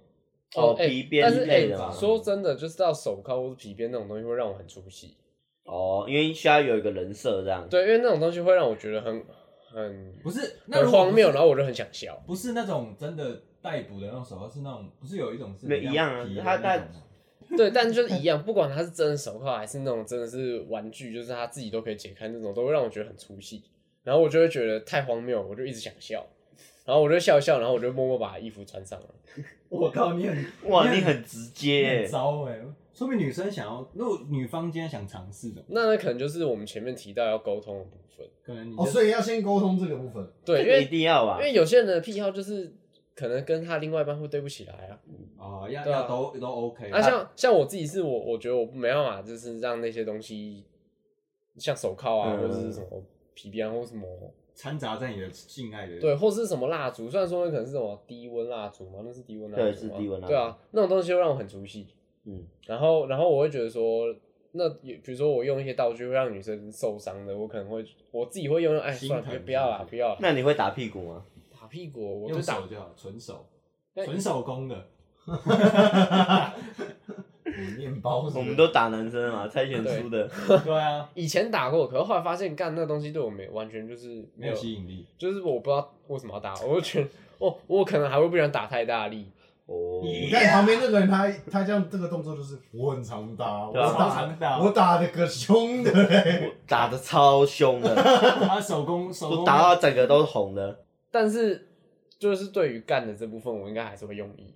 [SPEAKER 4] 哦
[SPEAKER 2] 哎
[SPEAKER 4] 皮鞭
[SPEAKER 2] 但是
[SPEAKER 4] 一类
[SPEAKER 2] 哎
[SPEAKER 4] 的嘛，
[SPEAKER 2] 说真的，就是到手铐或是皮鞭那种东西会让我很出戏。
[SPEAKER 4] 哦，因为需要有一个人设这样。
[SPEAKER 2] 对，因为那种东西会让我觉得很很
[SPEAKER 1] 不是那
[SPEAKER 2] 很
[SPEAKER 1] 如果
[SPEAKER 2] 荒谬，
[SPEAKER 1] 不是
[SPEAKER 2] 然后我就很想笑。
[SPEAKER 1] 不是那种真的逮捕的那种手铐，是那种不是有一种是
[SPEAKER 4] 没一样啊
[SPEAKER 1] 皮的
[SPEAKER 4] 他
[SPEAKER 1] 那种
[SPEAKER 4] 他
[SPEAKER 1] 吗
[SPEAKER 2] 对，但就是一样，不管它是真的手铐还是那种真的是玩具，就是它自己都可以解开那种，都会让我觉得很出戏。然后我就会觉得太荒谬，我就一直想笑。然后我就笑笑，然后我就默默把衣服穿上了。
[SPEAKER 1] 我靠，你很
[SPEAKER 4] 哇，你很直
[SPEAKER 1] 你
[SPEAKER 4] 接
[SPEAKER 1] 很
[SPEAKER 4] 耶，
[SPEAKER 1] 糟哎、说明女生想要，如果女方今天想尝试的，
[SPEAKER 2] 那那可能就是我们前面提到要沟通的部分。
[SPEAKER 1] 可能你就
[SPEAKER 3] 哦，所以要先沟通这个部分。
[SPEAKER 2] 对，因
[SPEAKER 4] 这个一
[SPEAKER 2] 为
[SPEAKER 4] 定要吧
[SPEAKER 2] 因？为有些人的癖好就是可能跟他另外一半会对不起来啊。
[SPEAKER 1] 哦，要
[SPEAKER 2] 对啊
[SPEAKER 1] 要都都 OK。
[SPEAKER 2] 啊，像像我自己是我，我觉得我没办法，就是让那些东西，像手铐啊，
[SPEAKER 4] 嗯
[SPEAKER 2] 或者是什么皮鞭啊或什么，
[SPEAKER 1] 掺杂在你的性爱的
[SPEAKER 2] 对，或是什么蜡烛。虽然说那可能是什么低温蜡烛嘛，那是低温蜡烛嘛，
[SPEAKER 4] 对是低温蜡烛
[SPEAKER 2] 对啊，那种东西会让我很出戏。
[SPEAKER 4] 嗯，
[SPEAKER 2] 然后然后我会觉得说，那也比如说我用一些道具会让女生受伤的，我可能会我自己会用，哎，
[SPEAKER 1] 心
[SPEAKER 2] 算了，
[SPEAKER 1] 疼
[SPEAKER 2] 不不要
[SPEAKER 1] 是
[SPEAKER 2] 啦，
[SPEAKER 1] 不是
[SPEAKER 2] 不要啦，
[SPEAKER 4] 那你会打屁股吗？
[SPEAKER 2] 打屁股我就
[SPEAKER 1] 用
[SPEAKER 2] 打
[SPEAKER 1] 手，就好，纯手，
[SPEAKER 2] 对
[SPEAKER 1] 纯手工 的。
[SPEAKER 3] 面包什么的
[SPEAKER 4] 我们都打男生嘛，猜拳输的，
[SPEAKER 1] 对啊，
[SPEAKER 2] 以前打过，可是后来发现干那东西对我没完全就是
[SPEAKER 1] 没有吸引 力。
[SPEAKER 2] 就是我不知道为什么要打，我就觉得哦，我可能还会不想打太大力，
[SPEAKER 4] 哦，
[SPEAKER 3] 你看旁边那个人他，他这样这个动作就是我很常打，我
[SPEAKER 4] 对啊
[SPEAKER 1] 超常打
[SPEAKER 3] 打我打的可凶的嘞，
[SPEAKER 4] 我打的超凶 的，
[SPEAKER 1] 他啊手工手
[SPEAKER 4] 我
[SPEAKER 1] 工
[SPEAKER 4] 打到整个都是红的。
[SPEAKER 2] 但是就是对于干的这部分，我应该还是会用力，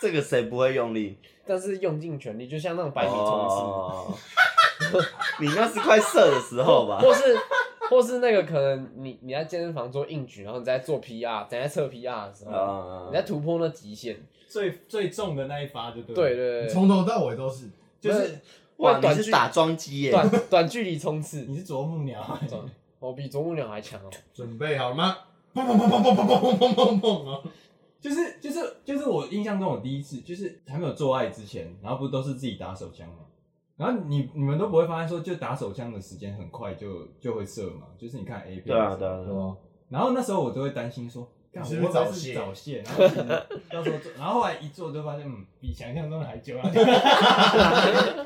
[SPEAKER 4] 这个谁不会用力？
[SPEAKER 2] 但是用尽全力，就像那种百米冲刺，
[SPEAKER 4] 哦 你那是快射的时候吧？
[SPEAKER 2] 或是 或是那个可能你你在健身房做硬举，然后你在做 PR，你在测 PR 的时候，
[SPEAKER 4] 啊
[SPEAKER 2] 你在突破那极限，
[SPEAKER 1] 最最重的那一发，就对。
[SPEAKER 2] 对，对对
[SPEAKER 3] 从头到尾都是。
[SPEAKER 1] 就
[SPEAKER 2] 不
[SPEAKER 1] 是
[SPEAKER 4] 哇，
[SPEAKER 2] 短
[SPEAKER 4] 你是
[SPEAKER 2] 距
[SPEAKER 4] 打桩机耶！
[SPEAKER 2] 对，短短距离冲刺，
[SPEAKER 1] 你是啄木鸟，
[SPEAKER 2] 懂我比啄木鸟还强哦，
[SPEAKER 3] 准备好了吗？砰砰砰砰砰砰砰砰砰砰啊！
[SPEAKER 1] 就是就是就是我印象中我第一次就是还没有做爱之前，然后不都是自己打手枪吗？然后你你们都不会发现说，就打手枪的时间很快就就会射嘛，就是你看 A 片的
[SPEAKER 4] 对啊，
[SPEAKER 1] 时候
[SPEAKER 4] 对啊，对啊
[SPEAKER 3] 吧？
[SPEAKER 1] 然后那时候我都会担心说，干我
[SPEAKER 3] 是
[SPEAKER 1] 会
[SPEAKER 3] 不是
[SPEAKER 1] 不会
[SPEAKER 3] 早
[SPEAKER 1] 是
[SPEAKER 3] 泄
[SPEAKER 1] 早泄？然后其实到时候做，然后后来一做就发现，嗯，比想象中的还久 啊，然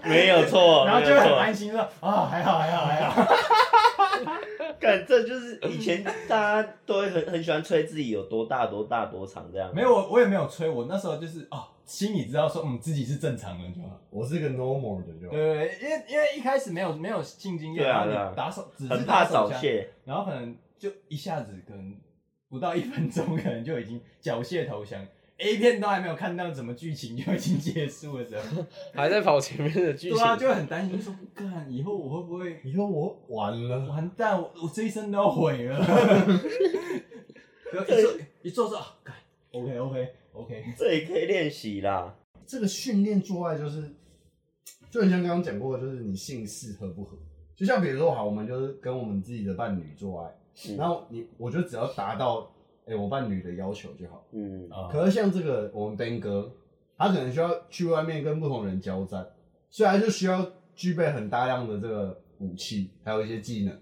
[SPEAKER 4] 没有错，
[SPEAKER 1] 后
[SPEAKER 4] 没
[SPEAKER 1] 就
[SPEAKER 4] 有
[SPEAKER 1] 会很
[SPEAKER 4] 错。
[SPEAKER 1] 担心说，啊，还好还好还好，
[SPEAKER 4] 干，这就是以前大家都会很很喜欢吹自己有多大多大多长这样。
[SPEAKER 1] 没有我我也没有催，我那时候就是哦，心里知道说，嗯，自己是正常人就好。
[SPEAKER 3] 我是个 normal 的就好，
[SPEAKER 1] 对对，对因为因为一开始没有没有性经验，
[SPEAKER 4] 对啊
[SPEAKER 1] 然
[SPEAKER 4] 对
[SPEAKER 1] 后
[SPEAKER 4] 啊
[SPEAKER 1] 你打手只是
[SPEAKER 4] 很
[SPEAKER 1] 打
[SPEAKER 4] 怕
[SPEAKER 1] 手
[SPEAKER 4] 早
[SPEAKER 1] 枪，
[SPEAKER 4] 泄，
[SPEAKER 1] 然后可能就一下子可能不到一分钟，可能就已经缴械投降。A 片都还没有看到什么剧情就已经结束的时候，
[SPEAKER 2] 还在跑前面的剧
[SPEAKER 1] 对
[SPEAKER 2] 情，
[SPEAKER 1] 啊，就很担心说，干以后我会不会
[SPEAKER 3] 以后我完了，
[SPEAKER 1] 完蛋，我我这一生都要毁了。然后一做一做说，啊干，OK OK OK，
[SPEAKER 4] 这也可以练习啦。
[SPEAKER 3] 这个训练做爱就是，就很像刚刚讲过的，就是你性事合不合。就像比如说，好，我们就是跟我们自己的伴侣做爱，
[SPEAKER 4] 嗯
[SPEAKER 3] 然后你我就只要达到哎、我伴侣的要求就好。
[SPEAKER 4] 嗯，
[SPEAKER 1] 啊，
[SPEAKER 3] 可是像这个我们 Ben 哥，他可能需要去外面跟不同人交战，所以他就需要具备很大量的这个武器，还有一些技能。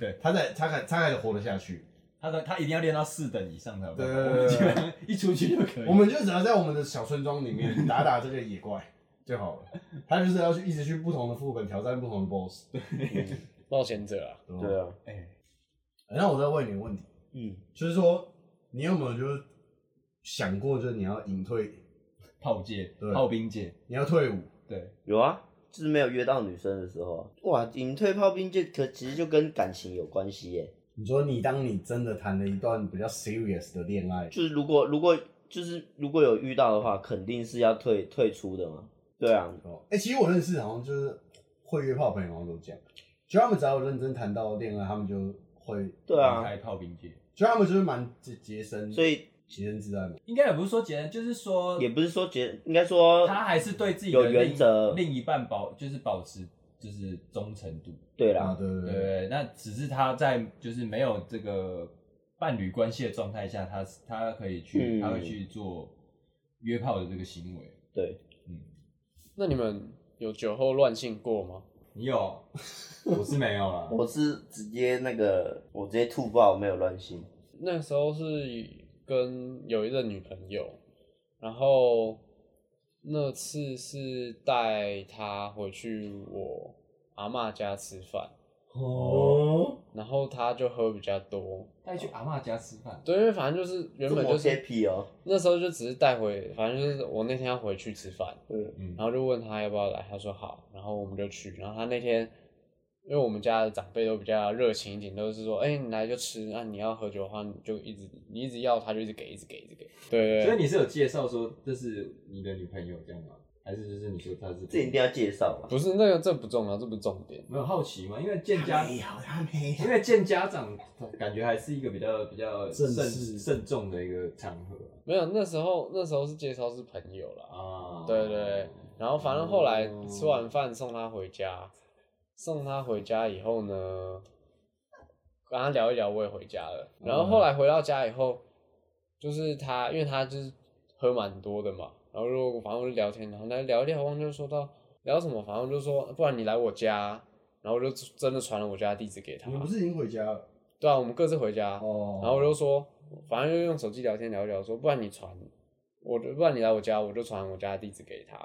[SPEAKER 1] 对，
[SPEAKER 3] 他才他才他才活得下去。
[SPEAKER 1] 他的他一定要练到四等以上才有办法，
[SPEAKER 3] 对
[SPEAKER 1] 我
[SPEAKER 3] 对
[SPEAKER 1] 们
[SPEAKER 3] 对
[SPEAKER 1] 基本上一出去就可以。
[SPEAKER 3] 我们就只要在我们的小村庄里 面打打这个野怪就好了。他就是要去一直去不同的副本挑战不同的 BOSS。
[SPEAKER 2] 冒险者啊，
[SPEAKER 3] 对吧
[SPEAKER 4] 对啊，
[SPEAKER 1] 哎、
[SPEAKER 3] 哎那我再问你个问题，
[SPEAKER 4] 嗯，
[SPEAKER 3] 就是说你有没有就是想过，就是你要隐退，
[SPEAKER 1] 炮界
[SPEAKER 3] 对、
[SPEAKER 1] 炮兵界，
[SPEAKER 3] 你要退伍？
[SPEAKER 1] 对，
[SPEAKER 4] 有啊，就是没有约到女生的时候啊。哇，隐退炮兵就可其实就跟感情有关系耶。
[SPEAKER 3] 你说你当你真的谈了一段比较 serious 的恋爱，
[SPEAKER 4] 就是如果如果就是如果有遇到的话，肯定是要退退出的嘛。对啊，
[SPEAKER 3] 哦，哎、其实我认识好像就是会约炮朋友好像都这样，就他们只要有认真谈到恋爱，他们就会，
[SPEAKER 4] 对
[SPEAKER 1] 离
[SPEAKER 4] 啊，
[SPEAKER 1] 开炮兵界，
[SPEAKER 3] 就他们就是蛮节节身，
[SPEAKER 4] 所以
[SPEAKER 3] 洁身自爱嘛。
[SPEAKER 1] 应该也不是说结人，就是说
[SPEAKER 4] 也不是说觉，应该说
[SPEAKER 1] 他还是对自己的
[SPEAKER 4] 有原则。
[SPEAKER 1] 另一半保就是保持就是忠诚度，
[SPEAKER 4] 对
[SPEAKER 3] 啊，
[SPEAKER 1] 嗯
[SPEAKER 4] 啦，
[SPEAKER 3] 对对
[SPEAKER 1] 对
[SPEAKER 3] 对，
[SPEAKER 1] 那只是他在就是没有这个伴侣关系的状态下，他他可以去，
[SPEAKER 4] 嗯
[SPEAKER 1] 他会去做约炮的这个行为。
[SPEAKER 4] 对，
[SPEAKER 1] 嗯，
[SPEAKER 2] 那你们有酒后乱性过吗？
[SPEAKER 1] 你 有，我是没有啦。
[SPEAKER 4] 我是直接那个，我直接吐爆，没有乱性。
[SPEAKER 2] 那时候是跟有一任女朋友，然后那次是带她回去我阿嬷家吃饭，
[SPEAKER 1] 哦，
[SPEAKER 2] 然后她就喝比较多，
[SPEAKER 1] 带去阿嬷家吃饭，
[SPEAKER 2] 对，因为反正就是原本就
[SPEAKER 4] 这么
[SPEAKER 2] 是
[SPEAKER 4] happy 哦，
[SPEAKER 2] 那时候就只是带回，反正就是我那天要回去吃饭，
[SPEAKER 4] 嗯，
[SPEAKER 1] 嗯
[SPEAKER 2] 然，后就问他要不要来，他说好，然后我们就去。然后他那天，因为我们家的长辈都比较热情一点，都是说，哎、你来就吃，那、你要喝酒的话，你就一直你一直要，他就一直给，一直给，一直给。对
[SPEAKER 1] 所
[SPEAKER 2] 对
[SPEAKER 1] 以你是有介绍说这是你的女朋友这样吗？还是就是你说她是？
[SPEAKER 4] 这一定要介绍吧。
[SPEAKER 2] 不是那个这不重要，这不是重点。
[SPEAKER 1] 没有好奇吗？因为见家，
[SPEAKER 3] 有，他没
[SPEAKER 1] 因为见家长，感觉还是一个比较比较
[SPEAKER 3] 正
[SPEAKER 1] 慎
[SPEAKER 3] 式
[SPEAKER 1] 慎重的一个场合
[SPEAKER 2] 没有，那时候那时候是介绍是朋友啦，
[SPEAKER 1] 啊。
[SPEAKER 2] 对对对然后反正后来
[SPEAKER 3] 哦
[SPEAKER 2] 吃完饭送他回家，送他回家以后呢，跟他聊一聊，我也回家了。然后
[SPEAKER 3] 嗯
[SPEAKER 2] 后来回到家以后，就是他，因为他就是喝蛮多的嘛，然后如果反正我就聊天，然后来聊一聊，忘记就说到聊什么，反正就说不然你来我家，然后我就真的传了我家地址给他
[SPEAKER 3] 你。们不是已经回家了？
[SPEAKER 2] 对啊，我们各自回家。
[SPEAKER 3] 哦，
[SPEAKER 2] 然后我就说，反正就用手机聊天聊一聊，说不然你传，我就不然你来我家，我就传我家的地址给他。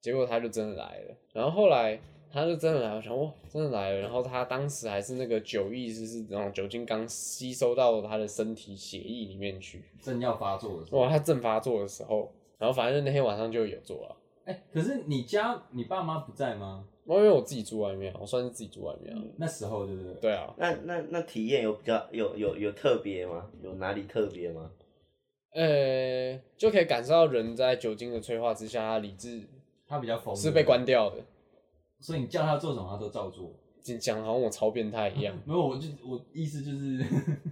[SPEAKER 2] 结果他就真的来了，然后后来他就真的来，我想哇，真的来了。然后他当时还是那个酒意，就是那种酒精刚吸收到他的身体血液里面去，
[SPEAKER 1] 正要发作的时候，
[SPEAKER 2] 哇，他正发作的时候，然后反正那天晚上就有做了。
[SPEAKER 1] 哎、可是你家你爸妈不在吗？
[SPEAKER 2] 因为我自己住外面啊，我算是自己住外面啊。
[SPEAKER 1] 那时候对不对？
[SPEAKER 2] 对 啊，
[SPEAKER 4] 那那那体验有比较有有有特别吗？有哪里特别吗？
[SPEAKER 2] 嗯呃，就可以感受到人在酒精的催化之下，他理智
[SPEAKER 1] 他比较疯，
[SPEAKER 2] 是被关掉的。
[SPEAKER 1] 所以你叫他做什么，他都照做。
[SPEAKER 2] 你讲得好像我超变态一样。
[SPEAKER 1] 没有，我就我意思就是，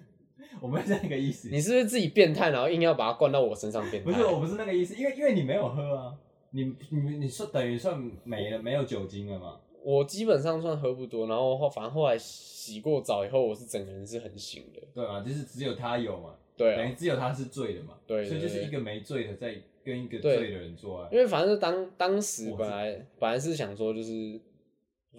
[SPEAKER 1] 我没有那个意思。
[SPEAKER 2] 你是不是自己变态，然后硬要把它灌到我身上变态？
[SPEAKER 1] 不是，我不是那个意思，因为因为你没有喝啊，你你你算等于算没了，没有酒精了嘛。
[SPEAKER 2] 我基本上算喝不多，然后后反正后来洗过澡以后，我是整个人是很醒的。
[SPEAKER 1] 对嘛，就是只有他有嘛，
[SPEAKER 2] 对
[SPEAKER 1] 等于
[SPEAKER 2] 啊，
[SPEAKER 1] 只有他是醉的嘛，
[SPEAKER 2] 对对
[SPEAKER 1] 所以就是
[SPEAKER 2] 对
[SPEAKER 1] 一个没醉的在跟一个
[SPEAKER 2] 对
[SPEAKER 1] 醉的人做爱，
[SPEAKER 2] 因为反正当当时
[SPEAKER 1] 我
[SPEAKER 2] 本来本来是想说就是，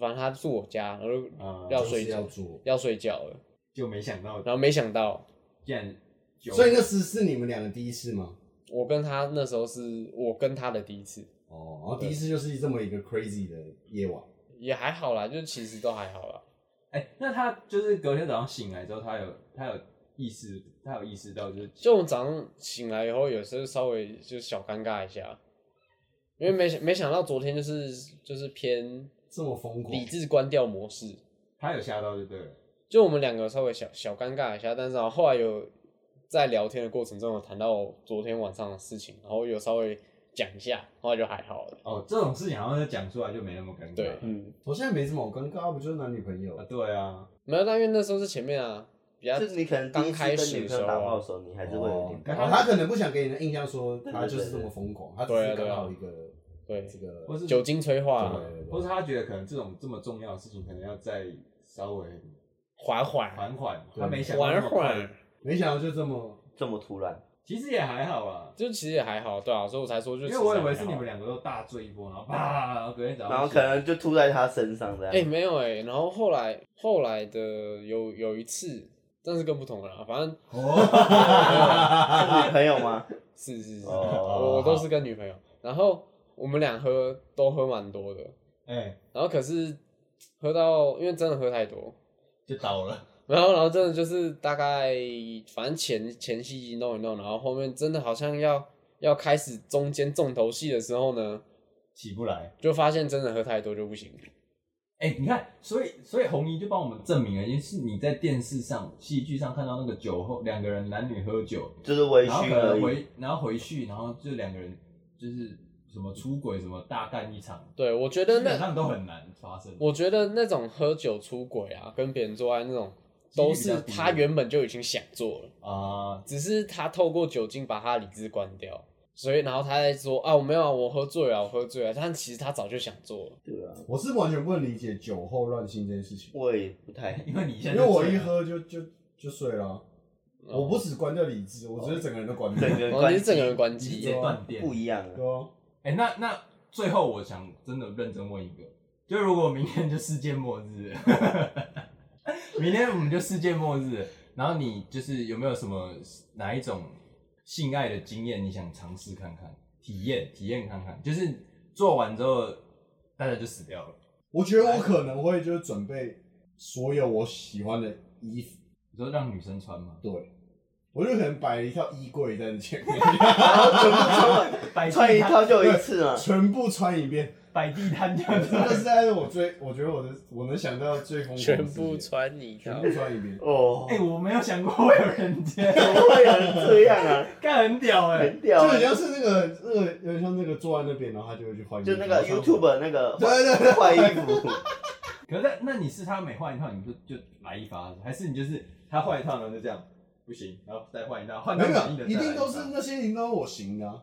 [SPEAKER 2] 反正他住我家，然后就
[SPEAKER 1] 啊、
[SPEAKER 2] 要
[SPEAKER 3] 就是
[SPEAKER 2] 睡觉
[SPEAKER 3] 要做。
[SPEAKER 2] 要睡觉了，
[SPEAKER 1] 就没想到
[SPEAKER 2] 然后没想到
[SPEAKER 1] 竟然酒，
[SPEAKER 3] 所以那次是你们两个第一次吗？
[SPEAKER 2] 我跟他那时候是我跟他的第一次，
[SPEAKER 3] 哦，然后第一次就是这么一个 crazy 的夜晚。
[SPEAKER 2] 也还好啦，就其实都还好啦。
[SPEAKER 1] 哎、那他就是隔天早上醒来之后，他有他有意识，他有意识到就是
[SPEAKER 2] 就我早上醒来以后，有时候稍微就小尴尬一下，因为没想没想到昨天就是就是偏
[SPEAKER 3] 这么疯狂
[SPEAKER 2] 理智关掉模式，
[SPEAKER 1] 他有吓到就对了，
[SPEAKER 2] 就我们两个稍微小小尴尬一下，但是啊后来有在聊天的过程中有谈到昨天晚上的事情，然后有稍微讲一下，后来就还好了。
[SPEAKER 1] 哦，这种事情好像是讲出来就没那么尴尬，
[SPEAKER 2] 对
[SPEAKER 4] 嗯，
[SPEAKER 3] 我哦现在没什么好尴尬，不就是男女朋友
[SPEAKER 1] 啊，？对啊，
[SPEAKER 2] 没有，但因为那时候是前面啊，比较
[SPEAKER 4] 就是你可能第
[SPEAKER 2] 刚
[SPEAKER 4] 一次
[SPEAKER 2] 开始
[SPEAKER 4] 跟
[SPEAKER 2] 的
[SPEAKER 4] 女
[SPEAKER 2] 时
[SPEAKER 4] 朋友打炮
[SPEAKER 2] 候啊
[SPEAKER 4] 的时候，你还是会有点
[SPEAKER 1] 刚
[SPEAKER 4] 尴
[SPEAKER 1] 开
[SPEAKER 4] 尬。
[SPEAKER 3] 哦他可能不想给你的印象说
[SPEAKER 4] 对对
[SPEAKER 3] 他就是这么疯狂，他只是刚好一个
[SPEAKER 2] 对
[SPEAKER 3] 这个
[SPEAKER 1] 或是
[SPEAKER 2] 酒精催化
[SPEAKER 1] 对
[SPEAKER 2] 啊，
[SPEAKER 1] 或是他觉得可能这种这么重要的事情，可能要再稍微
[SPEAKER 2] 缓缓
[SPEAKER 1] 缓缓，
[SPEAKER 3] 对
[SPEAKER 1] 他没想到那
[SPEAKER 2] 缓
[SPEAKER 1] 么快
[SPEAKER 2] 缓，
[SPEAKER 3] 没想到就这么
[SPEAKER 4] 这么突然，
[SPEAKER 1] 其实也还好啊，
[SPEAKER 2] 就其实也还好，对啊，所以我才说就
[SPEAKER 1] 因
[SPEAKER 2] 其
[SPEAKER 1] 为
[SPEAKER 2] 实
[SPEAKER 1] 我以为
[SPEAKER 2] 还
[SPEAKER 1] 是
[SPEAKER 2] 好
[SPEAKER 1] 你们两个都大醉一波，然后啪，然后隔天早上
[SPEAKER 4] 然后
[SPEAKER 1] 起
[SPEAKER 4] 可
[SPEAKER 1] 来
[SPEAKER 4] 能就吐在他身上这样。
[SPEAKER 2] 哎、没有哎、然后后来后来的有有一次，但是更不同了啦，反正哎
[SPEAKER 4] 是女朋友吗？
[SPEAKER 2] 是是是，
[SPEAKER 4] 哦
[SPEAKER 2] 我我都是跟女朋友，然后我们俩喝都喝蛮多的，
[SPEAKER 1] 哎
[SPEAKER 2] 然后可是喝到因为真的喝太多，
[SPEAKER 1] 就倒了，
[SPEAKER 2] 然后然后真的就是大概反正前前戏弄一弄，然后后面真的好像要要开始中间重头戏的时候呢，
[SPEAKER 1] 起不来。
[SPEAKER 2] 就发现真的喝太多就不行，
[SPEAKER 1] 哎、你看，所以所以红衣就帮我们证明了，因为是你在电视上、戏剧上看到那个酒后两个人男女喝酒，
[SPEAKER 4] 就是微
[SPEAKER 1] 然后可
[SPEAKER 4] 醺而
[SPEAKER 1] 能
[SPEAKER 4] 已。
[SPEAKER 1] 回然后回去，然后就两个人就是什么出轨什么大干一场，
[SPEAKER 2] 对我觉得
[SPEAKER 1] 基本
[SPEAKER 2] 那
[SPEAKER 1] 上都很难发生。
[SPEAKER 2] 我觉得那种喝酒出轨啊，跟别人做爱那种，
[SPEAKER 1] 几率
[SPEAKER 2] 都
[SPEAKER 1] 比较
[SPEAKER 2] 是
[SPEAKER 1] 低
[SPEAKER 2] 他原本就已经想做了，
[SPEAKER 1] 啊、
[SPEAKER 2] 只是他透过酒精把他理智关掉，所以然后他在说啊，我没有啊，我喝醉了，我喝醉了，但其实他早就想做了。
[SPEAKER 4] 对啊，
[SPEAKER 3] 我是完全不能理解酒后乱性这件事情，
[SPEAKER 4] 我也不太
[SPEAKER 1] 因为你现
[SPEAKER 3] 因
[SPEAKER 1] 在
[SPEAKER 3] 为我
[SPEAKER 1] 醉
[SPEAKER 3] 一
[SPEAKER 1] 了，
[SPEAKER 3] 喝就就就睡了啊，我不止关掉理智，我觉得整个人都关掉。
[SPEAKER 4] 整个
[SPEAKER 2] 哦，你
[SPEAKER 4] 关
[SPEAKER 2] 是整个人关
[SPEAKER 1] 你直
[SPEAKER 2] 机
[SPEAKER 1] 接
[SPEAKER 2] 耶，
[SPEAKER 1] 断电。
[SPEAKER 4] 不一样啊。
[SPEAKER 3] 对啊，
[SPEAKER 1] 哎、那那最后我想真的认真问一个，就如果明天就世界末日， 明天我们就世界末日，然后你就是有没有什么哪一种性爱的经验你想尝试看看，体验体验看看，就是做完之后大家就死掉了。
[SPEAKER 3] 我觉得我可能会就是准备所有我喜欢的衣服，
[SPEAKER 1] 你说让女生穿吗？
[SPEAKER 3] 对，我就可能摆了一套衣柜在前面，
[SPEAKER 4] 然后全部穿完，
[SPEAKER 1] 摆
[SPEAKER 4] 穿一
[SPEAKER 1] 地摊，
[SPEAKER 4] 套就一次嘛。
[SPEAKER 3] 全部穿一 遍。
[SPEAKER 1] 摆地摊这样
[SPEAKER 3] 真的是
[SPEAKER 1] 子。
[SPEAKER 3] 在我最，我觉得我的我能想到最疯狂的
[SPEAKER 2] 全
[SPEAKER 3] 事
[SPEAKER 2] 部
[SPEAKER 3] 情
[SPEAKER 2] 穿你
[SPEAKER 3] 全
[SPEAKER 2] 套
[SPEAKER 3] 部，穿一遍。
[SPEAKER 4] 哦，
[SPEAKER 1] 哎、我没有想过会有人这样，
[SPEAKER 4] 怎么会有人这样啊？
[SPEAKER 1] 干很屌哎、
[SPEAKER 4] 很
[SPEAKER 3] 就
[SPEAKER 4] 屌
[SPEAKER 3] 很
[SPEAKER 4] 欸，
[SPEAKER 3] 像是那个那个有点像那个坐在那边，然后他就会去换衣服。
[SPEAKER 4] 就那个
[SPEAKER 3] 然后
[SPEAKER 4] YouTube 那个
[SPEAKER 3] 对对对
[SPEAKER 4] 换衣服，
[SPEAKER 1] 可是那那你是他每换一套，你就就来一发，还是你就是他换一套，然后就这样不行，然后再换一套，换
[SPEAKER 3] 没
[SPEAKER 1] 到
[SPEAKER 3] 有
[SPEAKER 1] 满意
[SPEAKER 3] 没
[SPEAKER 1] 的
[SPEAKER 3] 有，
[SPEAKER 1] 再
[SPEAKER 3] 一
[SPEAKER 1] 来
[SPEAKER 3] 定
[SPEAKER 1] 发
[SPEAKER 3] 都是那些赢到我行的、啊。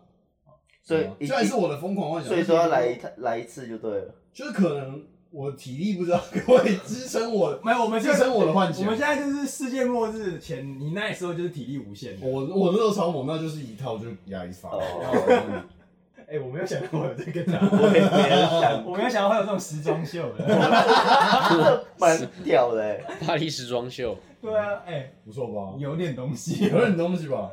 [SPEAKER 4] 所以
[SPEAKER 3] 对啊
[SPEAKER 4] 一
[SPEAKER 3] 虽然是我的疯狂幻想，
[SPEAKER 4] 所以说要来
[SPEAKER 3] 但
[SPEAKER 4] 一
[SPEAKER 3] 是
[SPEAKER 4] 趟来一次就对了。
[SPEAKER 3] 就是可能我体力不知道可以支撑我，
[SPEAKER 1] 没有，我们
[SPEAKER 3] 支
[SPEAKER 1] 现在
[SPEAKER 3] 撑我的幻
[SPEAKER 1] 我
[SPEAKER 3] 想。
[SPEAKER 1] 们现在就是世界末日前，你那时候就是体力无限的。
[SPEAKER 3] 我我那时候超猛，那就是一套就压一发。
[SPEAKER 4] 哦
[SPEAKER 1] 哎、我没有想到 我有这个
[SPEAKER 4] 我也
[SPEAKER 1] 啊，
[SPEAKER 4] 没有想，
[SPEAKER 1] 我没有想到会有这种时装秀的。
[SPEAKER 4] 这蛮屌的欸。
[SPEAKER 2] 巴黎时装秀。
[SPEAKER 1] 对啊，哎、
[SPEAKER 3] 不错吧
[SPEAKER 1] 你？有点东西
[SPEAKER 3] 有。点东西吧？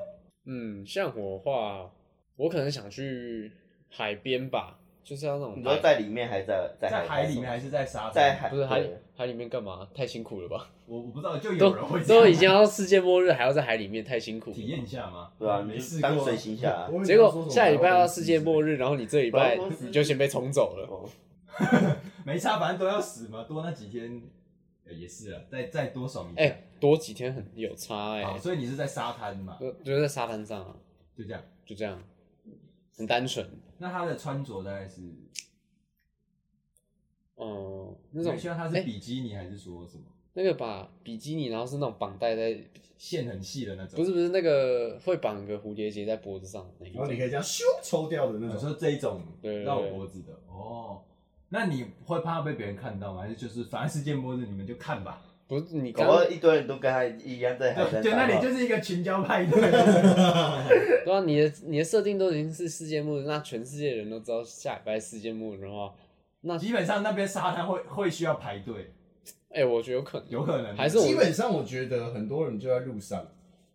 [SPEAKER 2] 嗯，像我的话，我可能想去海边吧，就是要那种
[SPEAKER 4] 你说在里面还在
[SPEAKER 1] 在海里
[SPEAKER 4] 上
[SPEAKER 1] 面还是在沙滩？
[SPEAKER 4] 在海
[SPEAKER 2] 不是海
[SPEAKER 4] 对
[SPEAKER 2] 海里面干嘛？太辛苦 了吧？
[SPEAKER 1] 我我不知道，就有
[SPEAKER 2] 都
[SPEAKER 1] 人会这样
[SPEAKER 2] 都已经要世界末日，还要在海里面，太辛苦了。
[SPEAKER 1] 体验一下吗？
[SPEAKER 4] 对啊，
[SPEAKER 1] 没
[SPEAKER 4] 你
[SPEAKER 1] 试
[SPEAKER 4] 就
[SPEAKER 1] 过啊。
[SPEAKER 4] 当水行侠啊。
[SPEAKER 3] 我以为
[SPEAKER 2] 结
[SPEAKER 3] 你要说
[SPEAKER 2] 果
[SPEAKER 3] 什么
[SPEAKER 2] 下礼拜要世界末，日，然后你这礼拜
[SPEAKER 4] 百货公司
[SPEAKER 2] 你就先被冲走了。
[SPEAKER 4] 哦
[SPEAKER 1] 没差，反正都要死嘛，多那几天、呃也是啊，再再多爽一下。
[SPEAKER 2] 哎、多几天很有差哎、
[SPEAKER 1] 好，所以你是在沙滩嘛？
[SPEAKER 2] 就就在沙滩上啊，
[SPEAKER 1] 就这样。
[SPEAKER 2] 就这样，很单纯。
[SPEAKER 1] 那他的穿着大概是，
[SPEAKER 2] 嗯，那
[SPEAKER 1] 你
[SPEAKER 2] 种
[SPEAKER 1] 希啊望他是比基尼还是说什么
[SPEAKER 2] 那个吧，比基尼，然后是那种绑带在，
[SPEAKER 1] 线很细的那种？
[SPEAKER 2] 不是不是那个会绑个蝴蝶结在脖子上的那一
[SPEAKER 3] 然后哦你
[SPEAKER 2] 种。
[SPEAKER 3] 可以这样咻抽掉的那
[SPEAKER 1] 我
[SPEAKER 3] 种。
[SPEAKER 1] 说这一种
[SPEAKER 2] 对对对
[SPEAKER 1] 绕脖子的哦。那你会怕被别人看到吗？还是就是反正世界末日你们就看吧？
[SPEAKER 2] 不是你
[SPEAKER 4] 搞啊
[SPEAKER 2] 刚
[SPEAKER 4] 不好一堆人都跟他一样在
[SPEAKER 2] 哎
[SPEAKER 4] 海
[SPEAKER 1] 对
[SPEAKER 4] 滩
[SPEAKER 1] 对，那
[SPEAKER 4] 上
[SPEAKER 1] 你就是一个群交派 对。
[SPEAKER 2] 对啊，你的你的设定都已经是世界末日，那全世界人都知道下礼拜世界末日的话，
[SPEAKER 1] 基本上那边沙滩会会需要排队，
[SPEAKER 2] 哎、我觉得有可能，
[SPEAKER 1] 有可能
[SPEAKER 2] 还是
[SPEAKER 3] 基
[SPEAKER 2] 我
[SPEAKER 3] 本上我觉得很多人就在路上，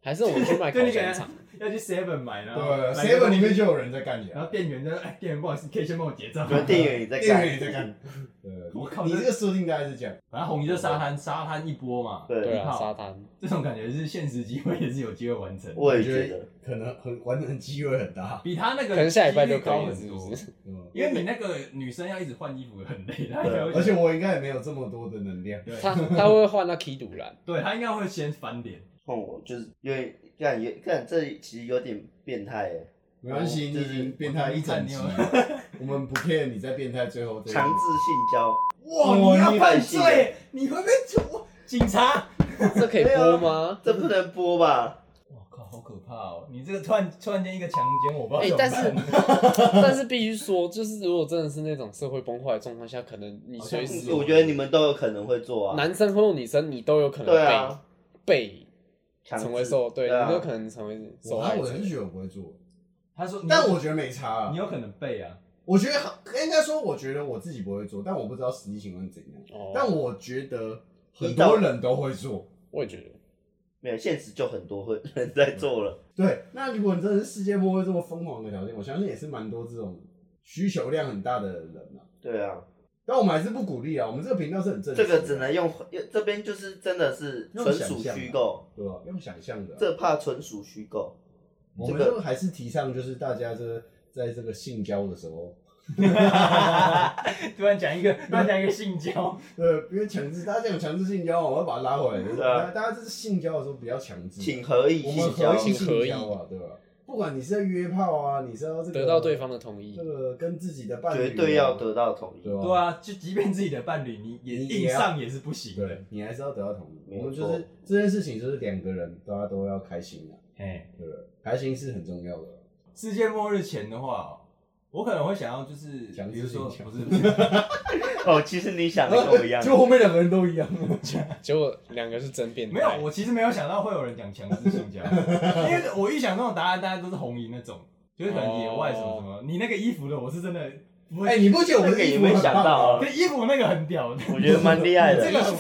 [SPEAKER 2] 还是我们去卖
[SPEAKER 1] 对
[SPEAKER 2] 烤
[SPEAKER 1] 你给
[SPEAKER 2] 香
[SPEAKER 1] 他
[SPEAKER 2] 肠，
[SPEAKER 1] 要去 Seven 买，然
[SPEAKER 3] 对啊
[SPEAKER 1] 后
[SPEAKER 3] ，seven 里面就有人在干你
[SPEAKER 1] 然
[SPEAKER 3] 啊
[SPEAKER 1] 后，店员就说：“哎，店员不好意思，可以先帮我结账
[SPEAKER 4] 就
[SPEAKER 1] 吗？”
[SPEAKER 4] 店员也在
[SPEAKER 3] 店员也在
[SPEAKER 4] 干，
[SPEAKER 3] 干。对，
[SPEAKER 1] 我靠
[SPEAKER 3] 你
[SPEAKER 1] 这
[SPEAKER 3] 你这个设定大概是这样。
[SPEAKER 1] 反正红衣就沙滩，沙滩一波嘛。
[SPEAKER 4] 对
[SPEAKER 2] 对啊，
[SPEAKER 1] 好
[SPEAKER 2] 沙滩，
[SPEAKER 1] 这种感觉是现实机会也是有机会完成的，
[SPEAKER 4] 我也觉得，
[SPEAKER 3] 可能很完成的机会很大，
[SPEAKER 1] 比他那个
[SPEAKER 2] 可能下礼拜
[SPEAKER 1] 几率
[SPEAKER 2] 就可
[SPEAKER 1] 高
[SPEAKER 2] 以了，
[SPEAKER 1] 很
[SPEAKER 2] 是
[SPEAKER 1] 多
[SPEAKER 2] 不。是？
[SPEAKER 3] 嗯，
[SPEAKER 1] 因为你那个女生要一直换衣服很累，她应该会
[SPEAKER 3] 啊而且我应该也没有这么多的能量。
[SPEAKER 1] 对
[SPEAKER 2] 他他会换到 K 堵兰，
[SPEAKER 1] 对她应该会先翻脸。
[SPEAKER 4] 看我就是因为干也干，这其实有点变态欸，
[SPEAKER 3] 没关系，你
[SPEAKER 4] 就
[SPEAKER 3] 已
[SPEAKER 4] 是
[SPEAKER 3] 经变态一整集
[SPEAKER 1] 我，
[SPEAKER 3] 我们不 care 你在变态最后这一集
[SPEAKER 4] 强制性交，
[SPEAKER 1] 哇
[SPEAKER 3] 哦
[SPEAKER 1] 你要
[SPEAKER 3] 你
[SPEAKER 1] 犯
[SPEAKER 4] 犯罪
[SPEAKER 1] 罪，你会被抓警察。
[SPEAKER 2] 这可以播吗？
[SPEAKER 4] 这不能播吧？
[SPEAKER 1] 我靠，好可怕哦！你这个突然突然间一个强奸，我不
[SPEAKER 2] 哎、
[SPEAKER 1] 知道
[SPEAKER 2] 但
[SPEAKER 1] 怎么
[SPEAKER 2] 是
[SPEAKER 1] 办。
[SPEAKER 2] 但是必须说，就是如果真的是那种社会崩坏的状况下，可能你
[SPEAKER 1] 好像
[SPEAKER 2] 随
[SPEAKER 1] 是
[SPEAKER 3] 哦
[SPEAKER 2] 时
[SPEAKER 4] 我觉得你们都有可能会做啊，
[SPEAKER 2] 男生或女生你都有可能
[SPEAKER 4] 对
[SPEAKER 2] 被、
[SPEAKER 4] 啊
[SPEAKER 2] 被
[SPEAKER 4] 强制
[SPEAKER 2] 成为受，对
[SPEAKER 4] 啊
[SPEAKER 2] 你都可能成为受
[SPEAKER 3] 我
[SPEAKER 2] 害
[SPEAKER 3] 我
[SPEAKER 2] 者
[SPEAKER 3] 还。是觉得我不会做，
[SPEAKER 1] 他说，
[SPEAKER 3] 但我觉得没差啊
[SPEAKER 1] 你。有可能背啊，
[SPEAKER 3] 我觉得好应该说，我觉得我自己不会做，但我不知道实际情况怎样。
[SPEAKER 2] 哦，
[SPEAKER 3] 但我觉得很
[SPEAKER 4] 你到
[SPEAKER 3] 多人都会做。
[SPEAKER 2] 我也觉得，
[SPEAKER 4] 没有现实就很多会人在做了，
[SPEAKER 3] 对，那如果你真的是世界末会这么疯狂的条件，我相信也是蛮多这种需求量很大的人啊。
[SPEAKER 4] 对啊，
[SPEAKER 3] 但我们还是不鼓励啊，我们这个频道是很正式
[SPEAKER 4] 这
[SPEAKER 3] 的，
[SPEAKER 4] 个只能用这边就是真的是
[SPEAKER 3] 用
[SPEAKER 4] 纯
[SPEAKER 3] 想
[SPEAKER 4] 属
[SPEAKER 3] 象
[SPEAKER 4] 虚
[SPEAKER 3] 啊
[SPEAKER 4] 构，
[SPEAKER 3] 对吧？用想象的啊、
[SPEAKER 4] 这怕纯属虚构，
[SPEAKER 3] 我们
[SPEAKER 4] 这个
[SPEAKER 3] 就还是提倡，就是大家这在这个性交的时候，
[SPEAKER 1] 突然讲一个，突然讲一个性交，
[SPEAKER 3] 呃，不要强制，大家这样强制性交哦，我要把它拉回来。
[SPEAKER 4] 啊
[SPEAKER 3] 大家这是性交的时候不要强制，啊
[SPEAKER 4] 请合意
[SPEAKER 3] 嗯我们
[SPEAKER 4] 性
[SPEAKER 3] 合
[SPEAKER 4] 交
[SPEAKER 3] 意，
[SPEAKER 2] 请合
[SPEAKER 3] 性
[SPEAKER 2] 意
[SPEAKER 3] 交啊，对吧？不管你是在约炮啊，你是要这个
[SPEAKER 2] 得到对方的同意
[SPEAKER 3] 这，个跟自己的伴侣啊、
[SPEAKER 4] 绝对要得到同意
[SPEAKER 3] 对。吧？
[SPEAKER 1] 对啊，就即便自己的伴侣，你也
[SPEAKER 3] 你
[SPEAKER 1] 硬
[SPEAKER 3] 也要
[SPEAKER 1] 上也是不行的。
[SPEAKER 3] 对，你还是要得到同意。
[SPEAKER 4] 没有
[SPEAKER 3] 我们就是这件事情，就是两个人大家都要开心啊，
[SPEAKER 1] 哎，
[SPEAKER 3] 对不对？开心是很重要的。
[SPEAKER 1] 世界末日前的话，我可能会想要就是，
[SPEAKER 3] 强
[SPEAKER 1] 比如
[SPEAKER 3] 制性
[SPEAKER 1] 说
[SPEAKER 3] 强
[SPEAKER 1] 不是，不是
[SPEAKER 4] 哦，其实你想的跟我一样，
[SPEAKER 3] 就后面两个人都一样。
[SPEAKER 2] 结果两个是真变态。
[SPEAKER 1] 没有，我其实没有想到会有人讲强制性 交换，因为我一想那种答案，大家都是红衣那种，就是可能野外什么什么。你那个衣服的，我是真的不会。
[SPEAKER 3] 哦哎，你不觉得我
[SPEAKER 4] 这
[SPEAKER 3] 们
[SPEAKER 4] 个
[SPEAKER 3] 的衣
[SPEAKER 4] 也
[SPEAKER 3] 服很
[SPEAKER 4] 没
[SPEAKER 3] 棒
[SPEAKER 4] 想到
[SPEAKER 3] 吗
[SPEAKER 4] 啊
[SPEAKER 1] 可，衣服那个很屌的，
[SPEAKER 4] 我觉得蛮厉害的。
[SPEAKER 1] 这个很